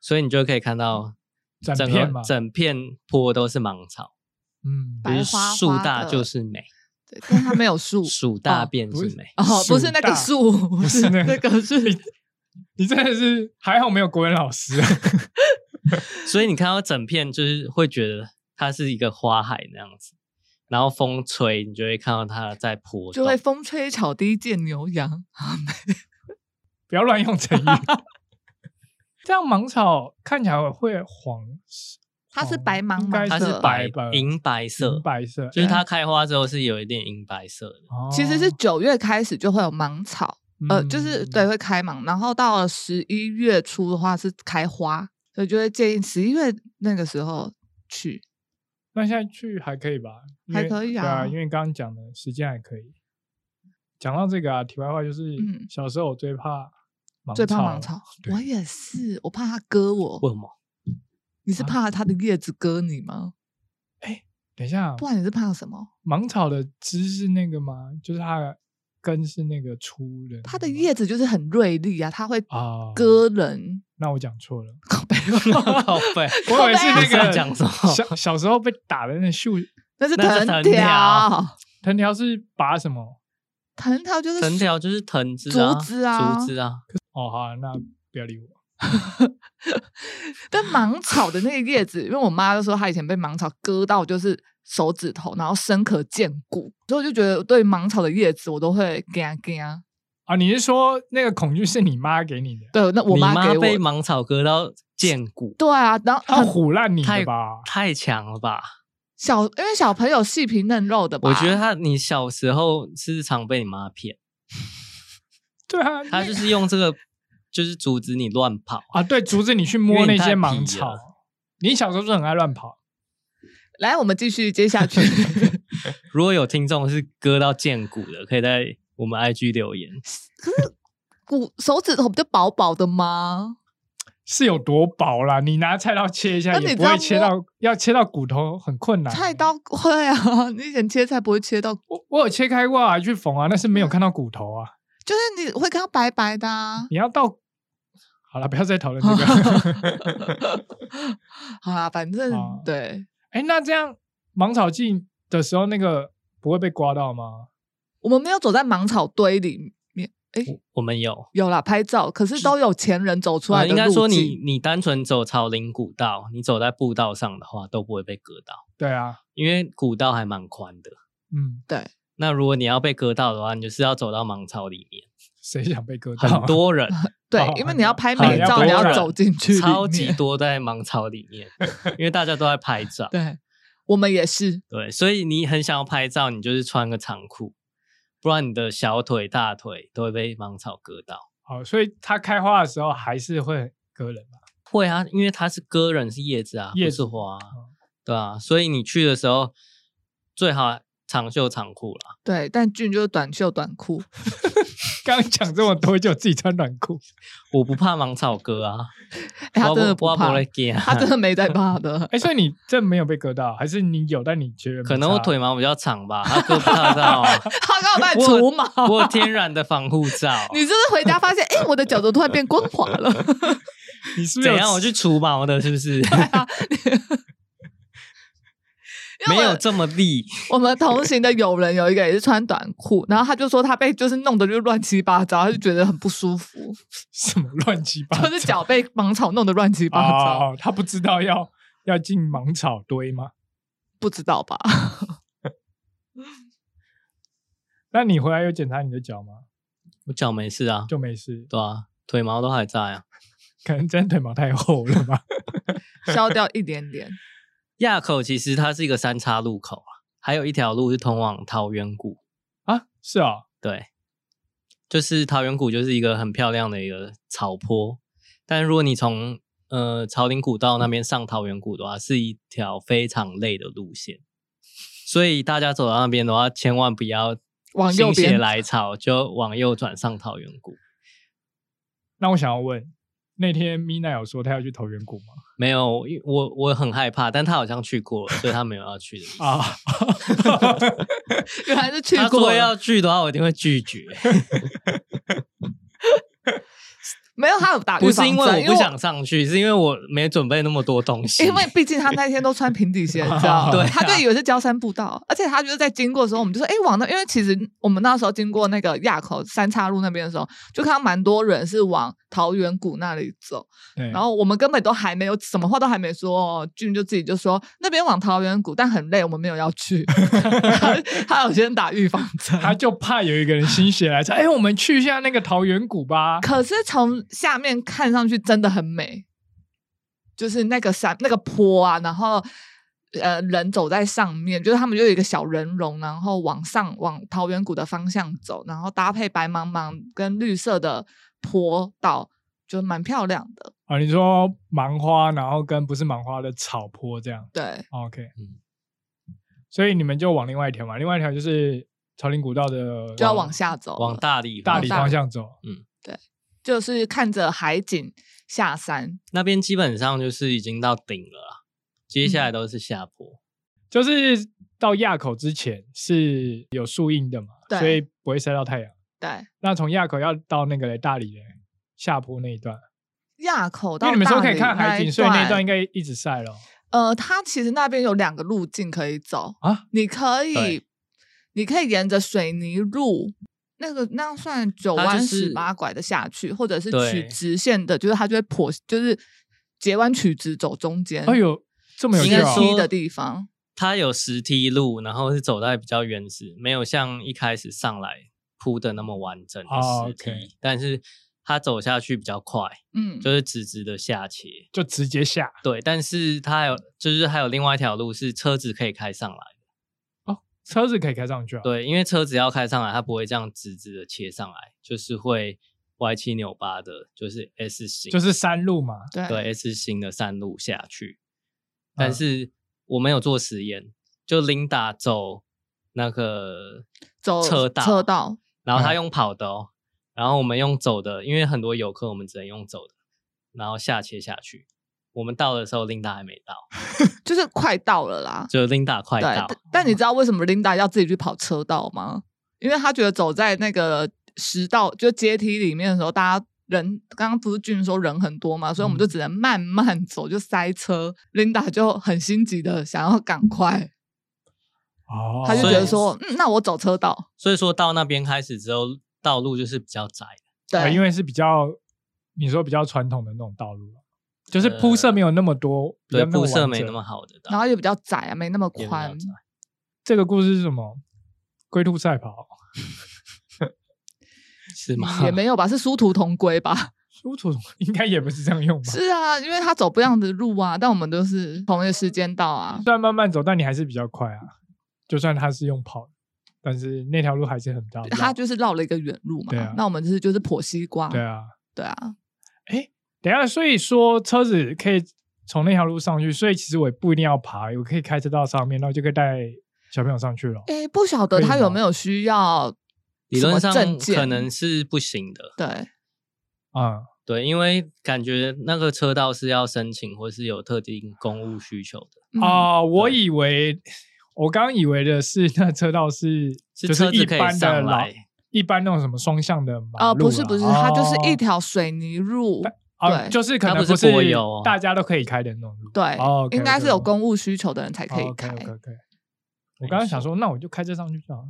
Speaker 3: 所以你就可以看到
Speaker 2: 嗯整
Speaker 3: 整
Speaker 2: 片
Speaker 3: 个
Speaker 2: 嘛
Speaker 3: 整片坡都是芒草，
Speaker 2: 嗯，
Speaker 1: 白
Speaker 3: 就是
Speaker 1: 花
Speaker 3: 树
Speaker 1: 花
Speaker 3: 大
Speaker 1: 的
Speaker 3: 就是美，
Speaker 1: 对，但它没有树
Speaker 3: 树大
Speaker 1: 哦
Speaker 3: 便
Speaker 2: 不
Speaker 3: 是
Speaker 2: 是
Speaker 3: 美。
Speaker 1: 哦，不是那个树，不
Speaker 2: 不是那
Speaker 1: 那个是
Speaker 2: 你你真的是还好没有国文老师啊， [LAUGHS]
Speaker 3: 所以你看到整片，就是会觉得它是一个花海那样子，然后风吹，你就会看到它在坡
Speaker 1: 就
Speaker 3: 动
Speaker 1: 会。风吹草低见牛羊。
Speaker 2: 不要乱用
Speaker 3: [LAUGHS]
Speaker 2: 成语。这样芒草看起来会黄，
Speaker 1: [LAUGHS] 它哦是白茫
Speaker 2: 应
Speaker 1: 茫
Speaker 2: 该
Speaker 1: 的
Speaker 3: 它
Speaker 1: 色
Speaker 3: 是白
Speaker 2: 吧？
Speaker 3: 银白色
Speaker 2: 银，白色，哎
Speaker 3: 就是它开花之后是有一点银白色的。
Speaker 2: 哦嗯
Speaker 1: 其实是九月开始就会有芒草，呃，就是对，会开芒，然后到了十一月初的话是开花，所以就会建议十一月那个时候去。
Speaker 2: 那现在去还可以吧？因为
Speaker 1: 还可以啊
Speaker 2: 对啊，因为刚刚讲的时间还可以。讲到这个啊，题外话就是，
Speaker 1: 嗯
Speaker 2: 小时候我最怕芒草，
Speaker 1: 最怕芒草，
Speaker 2: 对
Speaker 1: 我也是，我怕它割我。
Speaker 3: 为什么？ [LAUGHS]
Speaker 1: 你
Speaker 3: 啊
Speaker 1: 是怕它的叶子割你吗？
Speaker 2: 等一下啊，
Speaker 1: 不然你是怕什么？
Speaker 2: 芒草的枝是那个吗？就是它的根是那个粗的那个吗，
Speaker 1: 它的叶子就是很锐利啊，它会
Speaker 3: 哦
Speaker 2: 啊。
Speaker 1: 割人。
Speaker 2: 那我讲错了，
Speaker 1: 靠
Speaker 3: [LAUGHS]
Speaker 1: 背
Speaker 3: 靠背，
Speaker 2: 我以为是
Speaker 1: 靠背啊
Speaker 2: 那
Speaker 3: 你在
Speaker 2: 个
Speaker 3: 讲什么
Speaker 2: 小小时候被打的那树
Speaker 1: 那是
Speaker 3: 那是藤
Speaker 1: 藤
Speaker 3: 条
Speaker 1: 条，
Speaker 2: 藤条是拔什么？
Speaker 1: 藤条就是
Speaker 3: 藤
Speaker 1: 树
Speaker 3: 条就是藤枝啊，
Speaker 1: 竹子啊
Speaker 3: 竹枝啊，
Speaker 2: 哦，好啊、那不要理我。
Speaker 1: 但芒草的那个叶子，因为我妈就说她以前被芒草割到，就是手指头，然后深可见骨，所以我就觉得对芒草的叶子我都会嘎嘎。
Speaker 2: 啊，你是说那个恐惧是你妈给你的？
Speaker 1: 对，那我
Speaker 3: 你妈
Speaker 1: 给我
Speaker 3: 被
Speaker 1: 的。
Speaker 3: 芒草割到见骨，
Speaker 1: 对啊，然后
Speaker 2: 她
Speaker 1: 很
Speaker 2: 唬烂你
Speaker 3: 太
Speaker 2: 的吧？
Speaker 3: 太强了吧？
Speaker 1: 小，因为小朋友细皮嫩肉的吧，
Speaker 3: 我觉得他你小时候是常被你妈骗，
Speaker 2: 对啊，
Speaker 3: 他
Speaker 2: 那
Speaker 3: 就是用这个就是阻止你乱跑。
Speaker 2: 啊，对，阻止你去
Speaker 3: 因
Speaker 2: 摸
Speaker 3: 为
Speaker 2: 那
Speaker 3: 你太
Speaker 2: 些
Speaker 3: 皮
Speaker 2: 芒
Speaker 3: 了
Speaker 2: 草。你小时候就很爱乱跑，
Speaker 1: 来，我们继续接下
Speaker 3: [LAUGHS]
Speaker 1: 去。
Speaker 3: 如果有听众是割到见骨的，可以在我们 IG 留言。
Speaker 1: 骨手指头不就薄薄的吗？
Speaker 2: 是有多薄啦？你拿菜刀切一下
Speaker 1: 那你
Speaker 2: 也不
Speaker 1: 知道
Speaker 2: 会切到，要切到骨头很困难。欸
Speaker 1: 菜，刀 [LAUGHS] 会啊，你以前切菜不会切到，
Speaker 2: 我我有切开过啊，去缝啊，但是没有
Speaker 3: 嗯
Speaker 2: 看到骨头啊。
Speaker 1: 就是你会看到白白的、啊。
Speaker 2: 你要到，好了，不要再讨论这
Speaker 3: [LAUGHS]
Speaker 2: 个。
Speaker 1: 好啦，反正、
Speaker 2: 哦
Speaker 1: 对
Speaker 2: 哎，那这样芒草季的时候，那个不会被刮到吗？
Speaker 1: 我们没有走在芒草堆里面，诶，
Speaker 3: 我们有，
Speaker 1: 有啦，拍照，可是都有前人走出来
Speaker 3: 呃
Speaker 1: 的、
Speaker 3: 应该说你，你单纯走草林古道，你走在步道上的话都不会被割到，
Speaker 2: 对啊，
Speaker 3: 因为古道还蛮宽的。
Speaker 2: 嗯，
Speaker 1: 对，
Speaker 3: 那如果你要被割到的话，你就是要走到芒草里
Speaker 1: [LAUGHS]
Speaker 3: 面，
Speaker 2: 谁想被割到？
Speaker 3: 很，多人，
Speaker 1: 对
Speaker 2: 哦，
Speaker 1: 因为你要拍美
Speaker 3: 很
Speaker 1: 照，
Speaker 3: 多
Speaker 1: 你要
Speaker 3: 人
Speaker 1: 走进
Speaker 3: [LAUGHS]
Speaker 1: 去里面，
Speaker 3: 超级多在芒草里面，因为大家都在拍
Speaker 1: [LAUGHS]
Speaker 3: 照。
Speaker 1: 对，我们也是，
Speaker 3: 对，所以你很想要拍照，你就是穿个长裤，不然你的小腿、大腿都会被芒草割到。
Speaker 2: 好，所以它开花的时候还是会割人嘛。
Speaker 3: 会啊，因为它是割人是叶子啊，
Speaker 2: 叶
Speaker 3: 不
Speaker 2: 子
Speaker 3: 是花、啊
Speaker 2: 嗯，
Speaker 3: 对啊，所以你去的时候最好长袖长裤啦。
Speaker 1: 对，但俊就是短袖短裤，
Speaker 2: 刚讲这么多，就自己穿短裤。
Speaker 3: 我不怕芒草割啊，
Speaker 1: 诶哎他
Speaker 3: 我
Speaker 1: 真的
Speaker 3: 我
Speaker 1: 怕，
Speaker 3: 会怕
Speaker 1: 他真的没在怕的。 [LAUGHS]
Speaker 2: 哎，所以你这没有被割到，还是你有，但你觉得没
Speaker 3: [LAUGHS] 可能我
Speaker 2: 差
Speaker 3: 腿毛比较长吧，它割不到到啊。
Speaker 1: [LAUGHS] 他
Speaker 3: [LAUGHS]
Speaker 1: 刚好在
Speaker 3: 我
Speaker 1: 除毛， [LAUGHS]
Speaker 3: 我有天然的防护罩，啊
Speaker 1: 你是不是回家发现，哎、我的脚趾突然变光滑了？
Speaker 2: 你
Speaker 3: [LAUGHS]
Speaker 2: 是不是
Speaker 3: 怎
Speaker 2: 有
Speaker 3: 样？我去除毛的，是不
Speaker 1: 因
Speaker 3: 是？[LAUGHS] 没
Speaker 1: 为
Speaker 3: 有
Speaker 1: 我
Speaker 3: 这么利，
Speaker 1: [LAUGHS] 我们同行的友人有一个也是穿短裤，然后他就说他被就是弄得就乱七八糟，他就觉得很不舒服，
Speaker 2: 什么乱七
Speaker 3: [LAUGHS]
Speaker 2: 八糟？
Speaker 1: 就是脚被芒草弄得乱七八糟，
Speaker 2: 哦，他不知道要要进芒草堆吗？
Speaker 1: 不知道吧？ [LAUGHS]
Speaker 2: 那你回来有检查你的脚吗？
Speaker 3: 我脚没事啊，
Speaker 2: 就没事，
Speaker 3: 对啊，腿毛都还在啊。
Speaker 2: 可能真的腿毛太厚了吧？ [LAUGHS]
Speaker 1: 消掉一点点，
Speaker 3: 垭口其实它是一个三岔路口啊，还有一条路是通往桃源谷。
Speaker 2: 啊，是啊、哦，
Speaker 3: 对，就是桃源谷就是一个很漂亮的一个草坡，但如果你从呃朝林古道那边上桃源谷的话，是一条非常累的路线，所以大家走到那边的话，千万不要
Speaker 1: 往右
Speaker 3: 心血
Speaker 1: 边
Speaker 3: 来潮就往右转上桃源谷。
Speaker 2: 那我想要问，那天米娜有说她要去投远谷吗？ [LAUGHS]
Speaker 3: 没有，因我我很害怕，但他好像去过了，所以他没有要去的意思。
Speaker 2: 啊，
Speaker 1: 原来 [LAUGHS] 是去
Speaker 3: 他如
Speaker 1: 过
Speaker 3: 果
Speaker 1: 了，
Speaker 3: 要去的话，我一定会拒绝。
Speaker 1: [LAUGHS] 没有他有打预
Speaker 3: 不是
Speaker 1: 防针，
Speaker 3: 因为我不想上去，是因为我没准备那么多东西。
Speaker 1: 因为毕竟他那天都穿平底鞋，你知道
Speaker 3: [LAUGHS] 对啊
Speaker 1: 他就以为是郊山步道，而且他就是在经过的时候，我们就说，哎、往那，因为其实我们那时候经过那个垭口三岔路那边的时候，就看到蛮多人是往桃源谷那里走，
Speaker 2: 对
Speaker 1: 然后我们根本都还没有什么话都还没说哦，俊就自己就说那边往桃源谷，但很累，我们没有要去， [LAUGHS] 他他有先打预防针。
Speaker 2: 他就怕有一个人心血来潮，哎、我们去一下那个桃源谷吧。
Speaker 1: 可是从下面看上去真的很美，就是那个山那个坡啊，然后呃人走在上面，就是他们就有一个小人龙，然后往上往桃源谷的方向走，然后搭配白茫茫跟绿色的坡道，就蛮漂亮的。
Speaker 2: 啊，你说芒花，然后跟不是芒花的草坡这样哦
Speaker 1: 对，
Speaker 2: ，OK，
Speaker 3: 嗯
Speaker 2: 所以你们就往另外一条嘛，另外一条就是朝林古道的，
Speaker 1: 就要往下走了，
Speaker 3: 往大理
Speaker 2: 大
Speaker 3: 方
Speaker 2: 理
Speaker 3: 向
Speaker 2: 方向走。
Speaker 1: 就是看着海景下山，
Speaker 3: 那边基本上就是已经到顶了啦，接下
Speaker 1: 嗯
Speaker 3: 来都是下坡。
Speaker 2: 就是到垭口之前是有树荫的嘛，
Speaker 1: 对
Speaker 2: 所以不会晒到太阳。
Speaker 1: 对，
Speaker 2: 那从垭口要到那个嘞大理嘞下坡那一段，
Speaker 1: 垭口
Speaker 2: 因
Speaker 1: 到
Speaker 2: 为你们说
Speaker 1: 大
Speaker 2: 可以
Speaker 1: 理
Speaker 2: 看海景，所以那一段应
Speaker 1: 该
Speaker 2: 该一直晒咯。
Speaker 1: 呃，它其实那边有两个路径可以走，
Speaker 2: 啊。
Speaker 1: 你可以
Speaker 3: 对，
Speaker 1: 你可以沿着水泥路，那个那样算九
Speaker 3: 它就
Speaker 1: 弯
Speaker 3: 是
Speaker 1: 十八拐的下去，或者是取
Speaker 3: 对
Speaker 1: 直线的，就是它就会破，就是截弯曲直走中间。嗯
Speaker 2: 哎，呦，这么有
Speaker 1: 应
Speaker 2: 趣
Speaker 1: 该
Speaker 2: 哦！
Speaker 1: 说的地方
Speaker 3: 它有石梯路，然后是走在比较原始，没有像一开始上来铺的那么完整的
Speaker 2: 哦
Speaker 3: 石梯，
Speaker 2: ，OK
Speaker 3: 但是它走下去比较快，
Speaker 1: 嗯，
Speaker 3: 就是直直的下切。
Speaker 2: 就直接下
Speaker 3: 对，但是它还有就是还有另外一条路是车子可以开上来，
Speaker 2: 哦，车子可以开上去啊。，
Speaker 3: 对，因为车子要开上来，它不会这样直直的切上来，就是会歪七扭八的，就是 S 型，
Speaker 2: 就是山路嘛。
Speaker 1: 对
Speaker 3: 对 S 型的山路下去。
Speaker 2: 嗯
Speaker 3: 但是我没有做实验，就 Linda 走那个
Speaker 1: 走
Speaker 3: 车道，
Speaker 1: 车，道，
Speaker 3: 然后他
Speaker 2: 嗯
Speaker 3: 用跑的哦，然后我们用走的，因为很多游客我们只能用走的，然后下切下去。我们到的时候，Linda 还没到，
Speaker 1: 就是快到了啦。
Speaker 3: 就 Linda 快
Speaker 1: 对，
Speaker 3: 到
Speaker 1: 但，但你知道为什么 Linda 要自己去跑车道吗？因为她觉得走在那个石道，就阶梯里面的时候，大家人刚刚不是俊说人很多嘛，所以我们就只能慢慢走，就塞车。Linda 就很心急的想要赶快，
Speaker 2: 哦，
Speaker 1: 她就
Speaker 3: 所
Speaker 1: 觉
Speaker 3: 以
Speaker 1: 得说，嗯，那我走车道。
Speaker 3: 所以说到那边开始之后，道路就是比较窄的，
Speaker 2: 啊
Speaker 1: 对，
Speaker 2: 因
Speaker 1: 为
Speaker 2: 为是比较你说比较传统的那种道路啊，就是铺设
Speaker 3: 呃
Speaker 2: 没有那么多，比
Speaker 3: 对，
Speaker 2: 较么
Speaker 3: 铺设
Speaker 2: 完
Speaker 3: 没
Speaker 2: 整
Speaker 3: 那么好的道
Speaker 1: 然
Speaker 3: 路，
Speaker 1: 后也比较窄啊，没那么
Speaker 3: 也比较
Speaker 1: 宽。
Speaker 3: 窄
Speaker 2: 这个故事是什么？龟兔赛跑，
Speaker 3: 是吗？
Speaker 1: 也没有吧，是殊途同归吧？
Speaker 2: 殊途应该也不是这样用
Speaker 1: [LAUGHS]
Speaker 2: 吧？
Speaker 1: 是啊，因为他走不一样的路啊，但我们都是同一个时间到啊。
Speaker 2: 虽然慢慢走，但你还是比较快啊。就算它是用跑的，但是那条路还是很大的。
Speaker 1: 他就是绕了一个远路嘛，
Speaker 2: 哦对啊
Speaker 1: 那我们就是就是剖西瓜，
Speaker 2: 对啊，
Speaker 1: 对啊，
Speaker 2: 等一下，所以说车子可以从那条路上去，所以其实我也不一定要爬，我可以开车到上面，然后就可以带小朋友上去了。
Speaker 1: 哎、不晓得
Speaker 2: 可以
Speaker 1: 他有
Speaker 2: 吗
Speaker 1: 没有需要
Speaker 3: 理论上
Speaker 1: 什么证件
Speaker 3: 可能是不行的，
Speaker 1: 对
Speaker 2: 啊、
Speaker 3: 对，因为感觉那个车道是要申请或是有特定公务需求的，
Speaker 1: 嗯
Speaker 2: 嗯，啊、我以为我刚以为的是那车道是
Speaker 3: 是
Speaker 2: 就
Speaker 3: 车
Speaker 2: 是
Speaker 3: 子
Speaker 2: 一
Speaker 3: 可以
Speaker 2: 般的
Speaker 3: 上
Speaker 2: 老
Speaker 3: 来，
Speaker 2: 一般那种什么双向的马路啊、
Speaker 1: 哦，不是不是，它就是一
Speaker 2: 哦
Speaker 1: 条水泥路，
Speaker 2: 啊，
Speaker 1: 对
Speaker 2: 就是可
Speaker 3: 它
Speaker 2: 能
Speaker 3: 不是
Speaker 2: 是
Speaker 3: 柏油哦
Speaker 2: 大家都可以开的那种路，
Speaker 1: 对，
Speaker 2: 哦，OK，
Speaker 1: 应该
Speaker 2: OK，
Speaker 1: 是有
Speaker 2: OK
Speaker 1: 公务需求的人才可以开，
Speaker 2: o k o k 我刚刚想说，那我就开车上去就好了。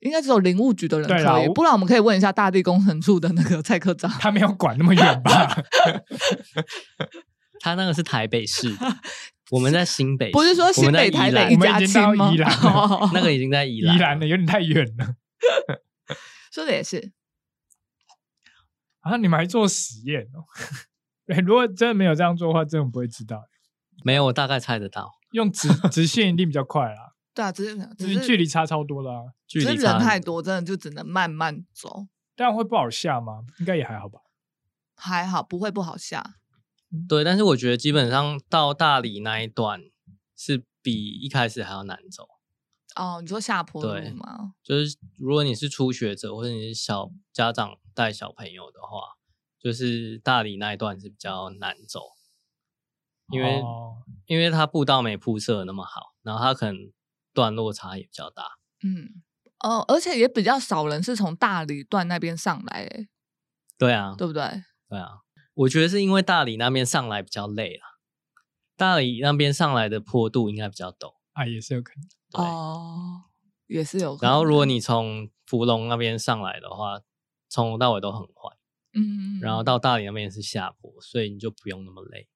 Speaker 1: 应该只有林务局的人
Speaker 2: 对啦
Speaker 1: 可以
Speaker 2: 我，
Speaker 1: 不然我们可以问一下大地工程处的那个蔡科
Speaker 3: [LAUGHS]
Speaker 1: 长，
Speaker 2: 他没有管那么远
Speaker 1: [LAUGHS]
Speaker 2: 吧？
Speaker 3: 它那个是台北市
Speaker 2: [LAUGHS]
Speaker 3: 的，我们在新北市，
Speaker 1: 不是说
Speaker 3: 我
Speaker 1: 新
Speaker 3: 们在
Speaker 1: 北、台
Speaker 3: 宜兰
Speaker 1: 北一
Speaker 2: 我们
Speaker 1: 家
Speaker 2: 已经到
Speaker 1: 亲吗
Speaker 2: 宜
Speaker 1: [LAUGHS]
Speaker 2: 兰了？
Speaker 3: 那个已经在宜
Speaker 2: [LAUGHS]
Speaker 3: 兰
Speaker 2: 宜兰
Speaker 3: 了
Speaker 2: 的有点太远了。
Speaker 1: 说的也是，
Speaker 2: 啊，你们还做实验哦？ [LAUGHS] 对如果真的没有这样做的话，真的不会知道。
Speaker 3: 没有，我大概猜得到，
Speaker 2: 用直直线一定比较快啦，
Speaker 1: 对啊，只是
Speaker 2: 就
Speaker 1: 只
Speaker 2: 是
Speaker 1: 是
Speaker 2: 距离差超多啦、
Speaker 3: 距
Speaker 1: 只是
Speaker 3: 离
Speaker 1: 人
Speaker 3: 差
Speaker 1: 太
Speaker 3: 很
Speaker 1: 多，真的就只能慢慢走，
Speaker 2: 但会不好下吗？应该也还好吧。
Speaker 1: 还好不会不好下，
Speaker 3: 对，但是我觉得基本上到大理那一段是比一开始还要难走。
Speaker 1: 哦，你说下坡
Speaker 3: 对
Speaker 1: 路吗？
Speaker 3: 就是如果你是初学者或者你是小家长带小朋友的话，就是大理那一段是比较难走，因为、
Speaker 2: 哦
Speaker 3: 因为它步道没铺设得那么好，然后它可能段落差也比较大。
Speaker 1: 嗯，哦，而且也比较少人是从大理段那边上来、欸，
Speaker 3: 对啊，
Speaker 1: 对不对？
Speaker 3: 对啊，我觉得是因为大理那边上来比较累啦，大理那边上来的坡度应该比较陡。
Speaker 2: 啊也是有可能。
Speaker 3: 对，
Speaker 1: 哦，也是有可能。
Speaker 3: 然后如果你从芙蓉那边上来的话，从头到尾都很缓，
Speaker 1: 嗯，嗯
Speaker 3: 然后到大理那边是下坡，所以你就不用那么累。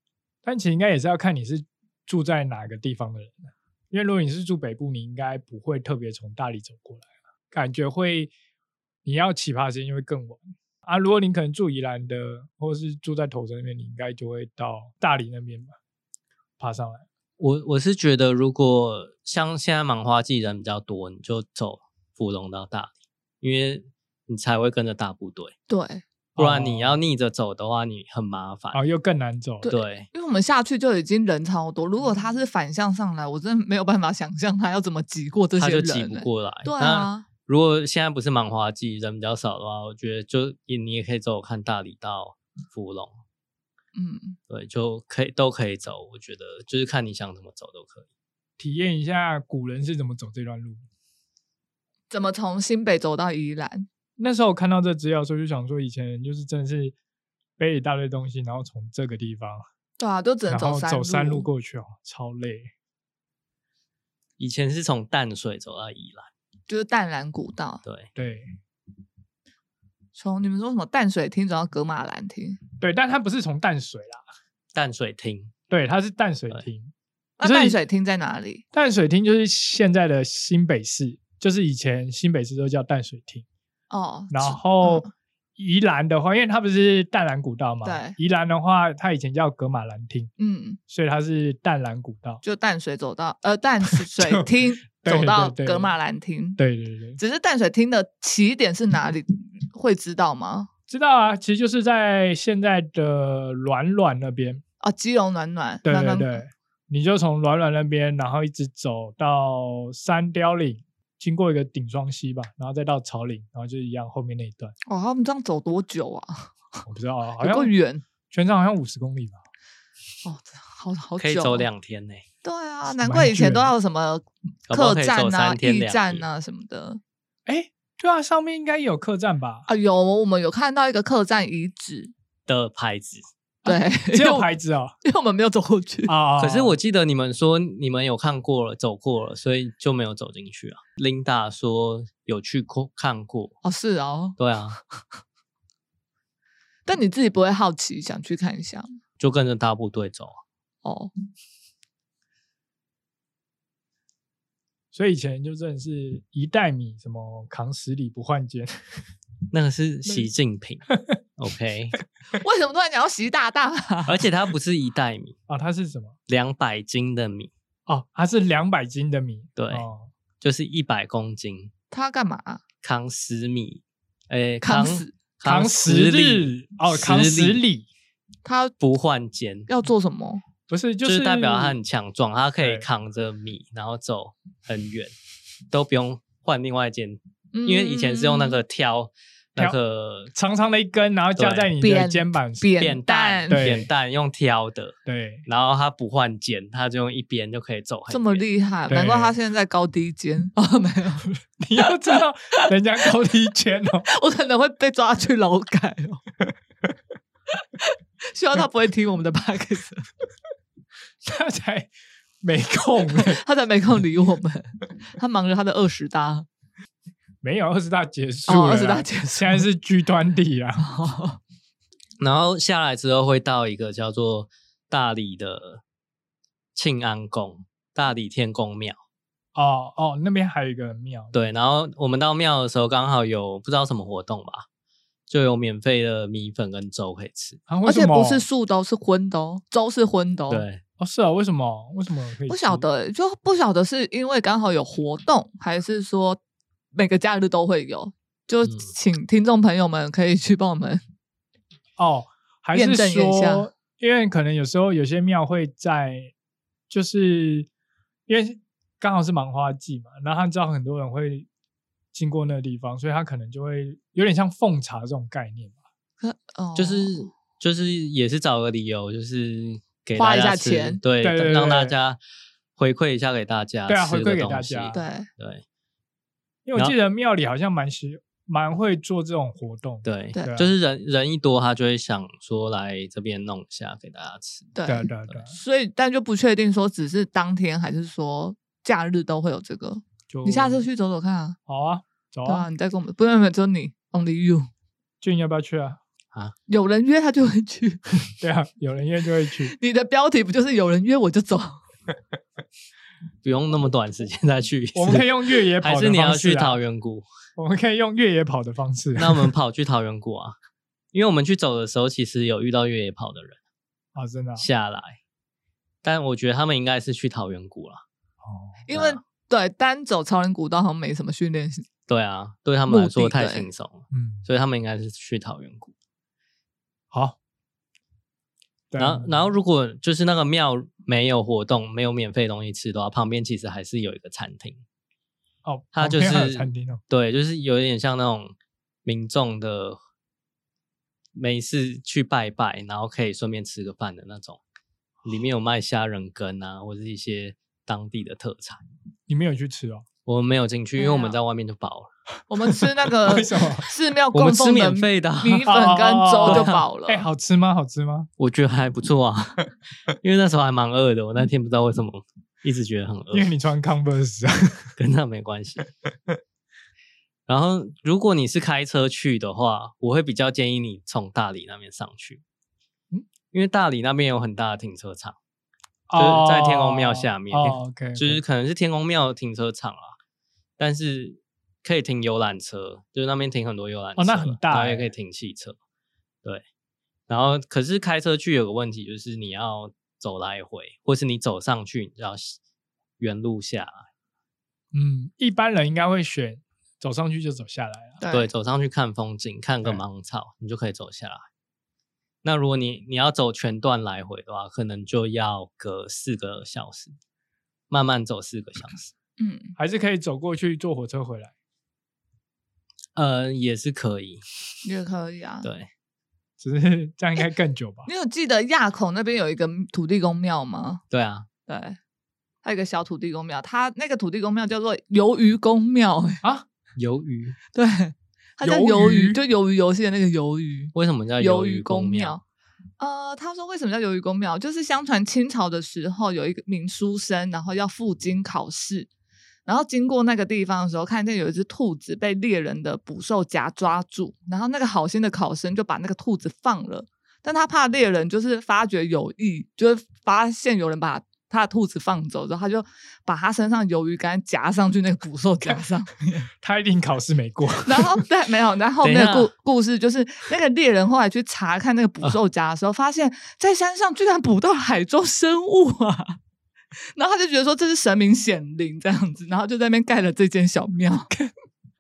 Speaker 2: 但其实应该也是要看你是住在哪个地方的人啊，因为如果你是住北部，你应该不会特别从大理走过来啊，感觉会你要起爬的时间就会更晚啊。如果你可能住宜兰的，或者是住在头城那边，你应该就会到大理那边吧，爬上来。
Speaker 3: 我我是觉得，如果像现在芒花季人比较多，你就走芙蓉到大理，因为你才会跟着大部队。
Speaker 1: 对，
Speaker 3: 不然你要逆着走的话，你很麻烦。
Speaker 2: 哦，又更难走。
Speaker 1: 对
Speaker 3: 对，
Speaker 1: 因为我们下去就已经人超多，如果他是反向上来，我真的没有办法想象他要怎么挤过这
Speaker 3: 他
Speaker 1: 些
Speaker 3: 就
Speaker 1: 人、
Speaker 3: 挤不
Speaker 1: 欸。
Speaker 3: 过来。
Speaker 1: 对啊，
Speaker 3: 那如果现在不是芒花季，人比较少的话，我觉得就也你也可以走看大理到芙蓉，
Speaker 1: 嗯，
Speaker 3: 对，就可以都可以走。我觉得就是看你想怎么走都可以。
Speaker 2: 体验一下古人是怎么走这段路。
Speaker 1: 怎么从新北走到宜兰？
Speaker 2: 那时候我看到这资料的时候，就想说以前人就是真的是背一大堆东西，然后从这个地方，
Speaker 1: 对啊，就只能
Speaker 2: 然后
Speaker 1: 山
Speaker 2: 走山路
Speaker 1: 路。
Speaker 2: 过去哦，超累。
Speaker 3: 以前是从淡水走到宜兰，
Speaker 1: 就是淡蓝古道，
Speaker 3: 对，
Speaker 2: 对
Speaker 1: 从你们说什么淡水厅走到格马兰厅，
Speaker 2: 对，但它不是从淡水啦，
Speaker 3: 淡水厅。
Speaker 2: 对，它是淡水
Speaker 3: 对
Speaker 2: 厅。
Speaker 1: 那
Speaker 2: 所以
Speaker 1: 淡水厅在哪里？
Speaker 2: 淡水厅就是现在的新北市，就是以前新北市都叫淡水厅。
Speaker 1: 哦，
Speaker 2: 然
Speaker 1: 是
Speaker 2: 后
Speaker 1: 嗯
Speaker 2: 宜兰的话，因为它不是淡蓝古道嘛，
Speaker 1: 对
Speaker 2: 宜兰的话，它以前叫格马兰厅，
Speaker 1: 嗯，
Speaker 2: 所以它是淡蓝古道。
Speaker 1: 就淡水走到呃淡
Speaker 2: [LAUGHS]
Speaker 1: 水厅
Speaker 2: 对
Speaker 1: 走
Speaker 2: 对
Speaker 1: 到
Speaker 2: 对
Speaker 1: 格马兰厅，
Speaker 2: 对对对，
Speaker 1: 只是淡水厅的起点是哪里？会知道吗？
Speaker 2: 知道啊，其实就是在现在的软软那边。
Speaker 1: 哦，基隆暖暖，
Speaker 2: 对
Speaker 1: 暖
Speaker 2: 对
Speaker 1: 暖
Speaker 2: 对，你就从软软那边，然后一直走到三貂岭，经过一个顶双溪吧，然后再到草岭，然后就一样后面那一段，
Speaker 1: 哦，他们这样走多久啊？
Speaker 2: 我不知道啊，
Speaker 1: [LAUGHS]
Speaker 2: 好
Speaker 1: 有够
Speaker 2: 像
Speaker 1: 远
Speaker 2: 全长好像五十公里吧。
Speaker 1: 哦，好好久、哦，
Speaker 3: 可以走两天呢、
Speaker 1: 对啊，难怪以前
Speaker 2: 卷
Speaker 1: 都
Speaker 2: 的
Speaker 1: 要有什么
Speaker 3: 搞不好
Speaker 1: 客
Speaker 3: 可以
Speaker 1: 栈
Speaker 3: 走
Speaker 1: 啊、
Speaker 3: 三天
Speaker 1: 驿
Speaker 3: 两
Speaker 1: 站
Speaker 3: 夜
Speaker 1: 啊什么的
Speaker 2: 哎，对啊，上面应该有客
Speaker 1: [LAUGHS]
Speaker 2: 栈吧？
Speaker 1: 啊。有，我们有看到一个客栈遗址，
Speaker 3: 的牌子。
Speaker 1: 对，
Speaker 2: 啊只
Speaker 1: 因为
Speaker 2: 有
Speaker 1: 我
Speaker 2: 牌子哦。
Speaker 1: 因为我们没有走过去。
Speaker 2: 啊，
Speaker 3: [LAUGHS] 可是我记得你们说你们有看过了，走过了，所以就没有走进去啊。琳达说有去过看过，
Speaker 1: 哦，是哦，
Speaker 3: 对啊，
Speaker 1: 但你自己不会好奇想去看一下吗
Speaker 3: 就跟着大部队走啊。
Speaker 1: 哦？
Speaker 2: 所以以前就真的是一袋米，什么扛十里不换肩，
Speaker 3: 那个是习近平，OK，
Speaker 1: 为什么突然讲到习大大、啊？
Speaker 3: 而且它不是一袋米，
Speaker 2: 啊，它是什么？
Speaker 3: 两百斤的米
Speaker 2: 哦，它是两百斤的米，
Speaker 3: 对
Speaker 2: 哦、
Speaker 3: 就是一百公斤，
Speaker 1: 他干嘛、
Speaker 3: 扛十米，诶，
Speaker 1: 扛
Speaker 3: 扛
Speaker 1: 十
Speaker 2: 扛
Speaker 3: 十
Speaker 2: 日
Speaker 3: 里
Speaker 2: 哦，扛十里，
Speaker 1: 他
Speaker 3: 不换肩，
Speaker 1: 要做什么？
Speaker 2: 不是
Speaker 3: 就
Speaker 2: 就是
Speaker 3: 代表他很强壮，他可以
Speaker 2: 对
Speaker 3: 扛着米然后走很远，都不用换另外一件
Speaker 1: 因
Speaker 3: 因为以前是用那
Speaker 1: 嗯
Speaker 3: 个挑那
Speaker 2: 挑
Speaker 3: 个
Speaker 2: 长长的一根，然后夹在你的
Speaker 1: 扁
Speaker 2: 肩膀上，
Speaker 1: 扁
Speaker 3: 扁
Speaker 1: 担，
Speaker 3: 担，
Speaker 2: 对
Speaker 3: 扁担用挑的，
Speaker 2: 对，
Speaker 3: 然后它不换肩，它就用一边就可以走很
Speaker 1: 这么
Speaker 3: 远
Speaker 1: 厉害，
Speaker 2: 对
Speaker 1: 难怪他现在在高低肩 [LAUGHS] 哦，没有，
Speaker 3: [LAUGHS]
Speaker 2: 你要知道人家高低肩哦，
Speaker 1: 我可能会被抓去劳改
Speaker 3: [LAUGHS]
Speaker 1: 哦。希望他不会听我们的 p o d c a s
Speaker 2: 他才没空呢，
Speaker 1: [LAUGHS] 他才没空理我们，他忙着他的二十大。
Speaker 2: [LAUGHS] 没有二十大结束了
Speaker 1: 哦，
Speaker 2: 啦，
Speaker 1: 二十大结束，
Speaker 2: 现在是居端地啊，
Speaker 1: 哦
Speaker 3: 然后下来之后会到一个叫做大理的庆安宫，大理天宫庙。
Speaker 2: 哦哦，那边还有一个庙，
Speaker 3: 对，然后我们到庙的时候刚好有不知道什么活动吧，就有免费的米粉跟粥可以吃。
Speaker 2: 啊，为
Speaker 1: 而且
Speaker 2: 什么
Speaker 1: 不是素的哦，是荤的哦，粥是荤的哦。
Speaker 3: 对，
Speaker 2: 哦，是啊，为什么？为什么可以吃？
Speaker 1: 不晓得欸，就不晓得是因为刚好有活动，还是说每个假日都会有？就
Speaker 3: 嗯
Speaker 1: 请听众朋友们可以去帮我们
Speaker 2: 哦，还
Speaker 1: 验
Speaker 2: 是
Speaker 1: 证一下
Speaker 2: 说，因为可能有时候有些庙会在，就是因为刚好是芒花季嘛，然后他知道很多人会经过那个地方，所以他可能就会有点像奉茶这种概念吧。
Speaker 1: 可，哦
Speaker 3: 就是就是也是找个理由，就是给
Speaker 1: 花
Speaker 3: 大
Speaker 1: 一
Speaker 3: 家
Speaker 1: 下
Speaker 3: 吃
Speaker 1: 钱
Speaker 3: 对，
Speaker 2: 对对对
Speaker 3: 让大
Speaker 2: 对
Speaker 3: 家回馈一下给大家，
Speaker 2: 对啊
Speaker 3: 吃
Speaker 2: 回
Speaker 3: 个
Speaker 2: 馈给
Speaker 3: 东
Speaker 2: 大
Speaker 3: 西
Speaker 2: 家
Speaker 1: 对，
Speaker 3: 对
Speaker 2: 因为我记得庙里好像蛮喜蛮会做这种活动的。
Speaker 3: 对
Speaker 1: 对
Speaker 2: 对啊
Speaker 3: 就是人人一多，他就会想说来这边弄一下给大家吃。
Speaker 1: 对
Speaker 2: 对啊对啊对啊，
Speaker 1: 所以但就不确定说只是当天还是说假日都会有这个。
Speaker 2: 就
Speaker 1: 你下次去走走看啊，
Speaker 2: 哦好啊，走
Speaker 1: 对啊，
Speaker 2: 啊，
Speaker 1: 你再跟我们，不用不用，只有你，Only you。
Speaker 2: 俊要不要去啊？ [LAUGHS]
Speaker 1: 有人约他就会去，。
Speaker 2: 对啊，有人约就会去
Speaker 1: 你的标题不就是有人约我就
Speaker 2: 啊
Speaker 1: 走？
Speaker 3: 不用那么短时间再去一次，
Speaker 2: 我们可以用越野跑
Speaker 3: [LAUGHS]
Speaker 2: 的方
Speaker 3: 还
Speaker 2: 式、
Speaker 3: 是
Speaker 2: 啊，
Speaker 3: 你要去桃源谷？
Speaker 2: 我们可以用越野跑的方式啊。
Speaker 3: 那我们跑去桃源谷啊，因为我们去走的时候，其实有遇到越野跑的人
Speaker 2: 啊，真的啊、
Speaker 3: 下来，但我觉得他们应该是去桃源谷了。
Speaker 2: 哦，
Speaker 1: 因为对单走超人古道好像没什么训练，
Speaker 3: 对啊，对他们来
Speaker 1: 目
Speaker 3: 说
Speaker 1: 的
Speaker 3: 太
Speaker 1: 对
Speaker 3: 轻松了，
Speaker 2: 嗯，
Speaker 3: 所以他们应该是去桃源谷。
Speaker 2: 好。对啊
Speaker 3: 然后，然后如果就是那个庙没有活动，没有免费东西吃的话，旁边其实还是有一个餐厅。
Speaker 2: 哦，
Speaker 3: 它
Speaker 2: 旁
Speaker 3: 就
Speaker 2: 边还有
Speaker 3: 是
Speaker 2: 餐厅哦，
Speaker 3: 对，就是有点像那种民众的没事去拜拜，然后可以顺便吃个饭的那种。里面有卖虾仁羹啊，或者是一些当地的特产。
Speaker 2: 你没有去吃哦？
Speaker 3: 我们没有进去，因为
Speaker 1: 没
Speaker 3: 我们
Speaker 2: 啊
Speaker 1: 有
Speaker 3: 在外面就饱了。
Speaker 1: 我们吃那个
Speaker 2: [LAUGHS] 为什么
Speaker 1: 寺庙
Speaker 3: 我
Speaker 1: 供
Speaker 3: 们吃
Speaker 1: 奉
Speaker 3: 免费的啊
Speaker 1: 米粉跟粥就饱了。
Speaker 2: 哎，好吃吗？好吃吗？
Speaker 3: 我觉得还不
Speaker 2: [LAUGHS]
Speaker 3: 错啊，因为那时候还蛮饿的。我那天不知道为什么一直觉得很饿
Speaker 2: 因，为你穿 Converse 啊，
Speaker 3: 跟那没
Speaker 2: [LAUGHS]
Speaker 3: 关系。然后，如果你是开车去的话，我会比较建议你从大理那边上去，
Speaker 2: 嗯
Speaker 3: 因为大理那边有很大的停车场， [LAUGHS] 就是在天公庙下面
Speaker 2: 哦，OK，
Speaker 3: 就是可能是天公庙停车场啊，但是可以停游览车，就是那边停很多游览车，
Speaker 2: 哦那很大
Speaker 3: 然后也
Speaker 2: 欸
Speaker 3: 可以停汽车，对。然后可是开车去有个问题，就是你要走来回，或是你走上去，你要原路下来，
Speaker 2: 嗯，一般人应该会选走上去就走下来啊
Speaker 1: 对
Speaker 2: 了。
Speaker 3: 对，走上去看风景，看个
Speaker 2: 对
Speaker 3: 芒草，你就可以走下来。那如果你你要走全段来回的话，可能就要隔四个小时，慢慢走四个小时。
Speaker 1: 嗯，
Speaker 2: 还是可以走过去坐火车回来，嗯
Speaker 3: 呃，也是可以，
Speaker 1: 也可以啊。
Speaker 3: 对，
Speaker 2: 只是这样应该更久
Speaker 3: [LAUGHS]
Speaker 2: 吧？
Speaker 1: 你有记得亚口那边有一个土地公庙吗？
Speaker 3: 对啊，
Speaker 1: 对，它有一个小土地公庙，它那个土地公庙叫做鱿鱼公庙、欸，
Speaker 2: 啊，
Speaker 3: 鱿鱼
Speaker 1: 对，它叫鱿
Speaker 2: 鱿
Speaker 1: 鱼，
Speaker 2: 鱼
Speaker 1: 就鱿鱼游戏的那个鱿鱼，
Speaker 3: 为什么叫
Speaker 1: 鱿
Speaker 3: 鱼
Speaker 1: 公
Speaker 3: 庙？。
Speaker 1: 呃，他说为什么叫鱿鱼公庙？就是相传清朝的时候，有一个名书生，然后要赴京考试，然后经过那个地方的时候，看见有一只兔子被猎人的捕兽夹抓住，然后那个好心的考生就把那个兔子放了，但他怕猎人就是发觉有异，就是发现有人把他的兔子放走，然后他就把他身上鱿鱼竿夹上去那个捕兽夹上，
Speaker 2: 他一定考试
Speaker 3: [LAUGHS]
Speaker 2: 没过，
Speaker 1: [LAUGHS] 然后对，没有，然后
Speaker 3: 等一
Speaker 1: 那
Speaker 3: 下
Speaker 1: 个故故事就是那个猎人后来去查看那个捕兽夹的时候，发现在山上居然捕到海中生物啊！ [LAUGHS] 然后他就觉得说这是神明显灵这样子，然后就在那边盖了这间小庙。 [LAUGHS]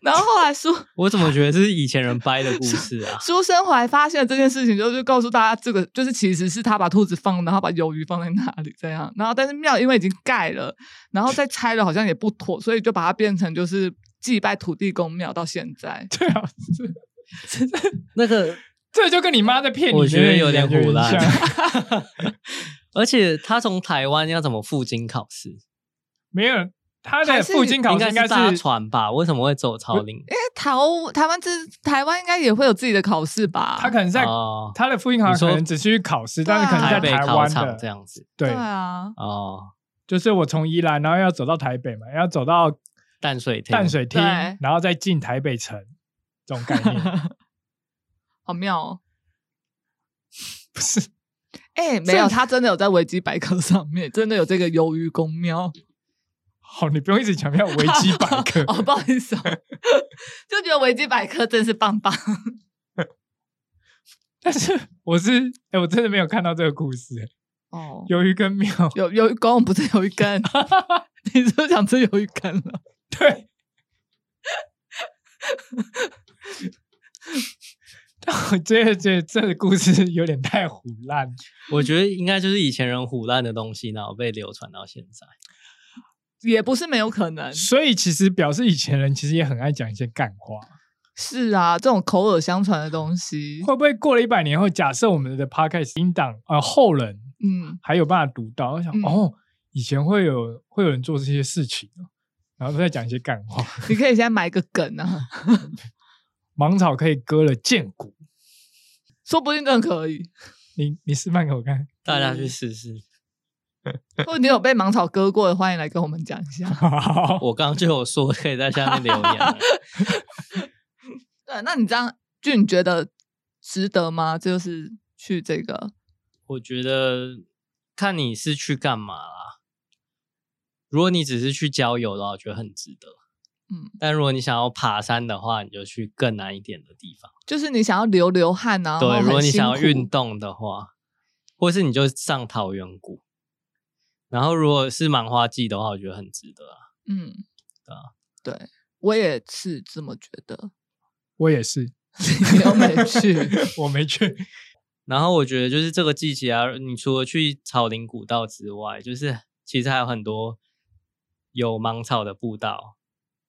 Speaker 1: 然后后来书？
Speaker 3: 我怎么觉得这是以前人掰的故事啊
Speaker 1: 书生后来发现这件事情，就是告诉大家，这个就是其实是他把兔子放，然后把鱿鱼放在那里这样。然后但是庙因为已经盖了，然后再拆了好像也不妥，所以就把它变成就是祭拜土地公庙到现在。
Speaker 2: 对啊，是
Speaker 3: [LAUGHS] 那个
Speaker 2: 这就 [LAUGHS] 跟你妈在骗你，
Speaker 3: 我觉得有点胡乱
Speaker 2: 乱。
Speaker 3: [LAUGHS] 而且他从台湾要怎么赴京考试？
Speaker 2: 没有，他
Speaker 1: 还
Speaker 2: 的
Speaker 1: 是
Speaker 2: 附近考试
Speaker 3: 该
Speaker 2: 应该
Speaker 3: 搭
Speaker 2: 是
Speaker 3: 船吧？为什么会走朝林？
Speaker 1: 台台湾这台湾应该也会有自己的考试吧？
Speaker 2: 他可能在
Speaker 3: 哦，
Speaker 2: 他的附近考
Speaker 3: 你
Speaker 2: 试
Speaker 3: 说
Speaker 2: 可能只是去考试，
Speaker 1: 对啊
Speaker 2: 但是可能
Speaker 3: 台
Speaker 2: 在
Speaker 3: 北考
Speaker 2: 湾
Speaker 3: 场这
Speaker 2: 的，
Speaker 3: 样子
Speaker 1: 对
Speaker 2: 对，
Speaker 1: 啊，
Speaker 3: 哦，
Speaker 2: 就是我从宜兰，然后要走到台北嘛，要走到
Speaker 3: 淡水厅
Speaker 2: 淡水厅
Speaker 1: 对，
Speaker 2: 然后再进台北城，这种概念
Speaker 1: [LAUGHS] 好妙哦！
Speaker 2: 不是
Speaker 1: 哎、没有，他真的有在维基百科上面真的有这个鱿鱼公庙，
Speaker 2: 好，你不用一直强调 [LAUGHS] 维基百科。
Speaker 1: [LAUGHS] 哦，不好意思、哦，就觉得维基百科真是棒
Speaker 2: [LAUGHS]
Speaker 1: 棒。
Speaker 2: 但是我是哎、我真的没有看到这个故事、
Speaker 1: 哦，
Speaker 2: 鱿鱼
Speaker 1: [LAUGHS]
Speaker 2: 跟庙，
Speaker 1: 有鱿鱼公不是鱿鱼羹， [LAUGHS] 你是不是想吃鱿鱼羹了？ [LAUGHS]
Speaker 2: 对，但我觉得觉得这个故事有点太胡乱，
Speaker 3: 我觉得应该就是以前人胡乱的东西，然后被流传到现在。
Speaker 1: 也不是没有可能。
Speaker 2: 所以其实表示以前人其实也很爱讲一些干话。
Speaker 1: 是啊，这种口耳相传的东西，
Speaker 2: 会不会过了一百年后，假设我们的 podcast 音档呃后人
Speaker 1: 嗯，
Speaker 2: 还有办法读到，我想、
Speaker 1: 嗯
Speaker 2: 哦，以前会有会有人做这些事情哦，然后再讲一些干话。
Speaker 1: 你可以先埋个梗啊， [LAUGHS]
Speaker 2: 芒草可以割了剑骨，
Speaker 1: 说不定真的可以。
Speaker 2: 你你示范给我看。 [LAUGHS]
Speaker 3: 大家去试
Speaker 2: 嗯
Speaker 3: 试。
Speaker 1: 如果你有被芒草割过的，欢迎来跟我们讲一下。
Speaker 2: 好，
Speaker 3: 我刚刚就有说可以在下面留言了，
Speaker 1: 对，那你这样，就你觉得值得吗？这就是去这个，
Speaker 3: 我觉得看你是去干嘛啦。如果你只是去郊游的话，我觉得很值得。
Speaker 1: 嗯，
Speaker 3: 但如果你想要爬山的话，你就去更难一点的地方。
Speaker 1: 就是你想要流流汗啊，然
Speaker 3: 对，
Speaker 1: 后
Speaker 3: 如果
Speaker 1: 很
Speaker 3: 你
Speaker 1: 辛
Speaker 3: 想要
Speaker 1: 苦
Speaker 3: 运，动的话，或是你就上桃源谷。然后如果是满花季的话，我觉得很值得啊。
Speaker 1: 嗯，
Speaker 3: 对啊
Speaker 1: 对，我也是这么觉得。 [LAUGHS]
Speaker 2: 我也是，
Speaker 1: 你又没 [LAUGHS] 去，
Speaker 2: [LAUGHS] 我没去。哎
Speaker 3: 然后我觉得就是这个季节啊，你除了去草林古道之外，就是其实还有很多有芒草的步道，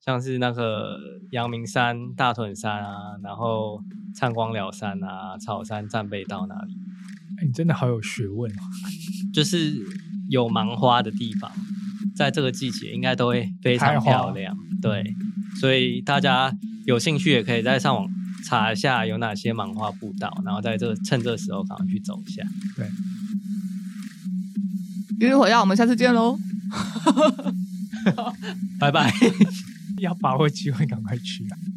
Speaker 3: 像是那个阳明山、大屯山啊，然后灿光寮山啊、草山战备道那里，
Speaker 2: 哎你真的好有学问哦。
Speaker 3: 就是有芒花的地方，在这个季节应该都会非
Speaker 2: 开
Speaker 3: 常
Speaker 2: 花
Speaker 3: 漂亮。对，所以大家有兴趣也可以再上网查一下有哪些芒花步道，然后在这个趁这时候赶快去走一下。
Speaker 1: 一日火药，我们下次见喽。
Speaker 3: 拜拜。
Speaker 2: 要把握机会，赶快去啊！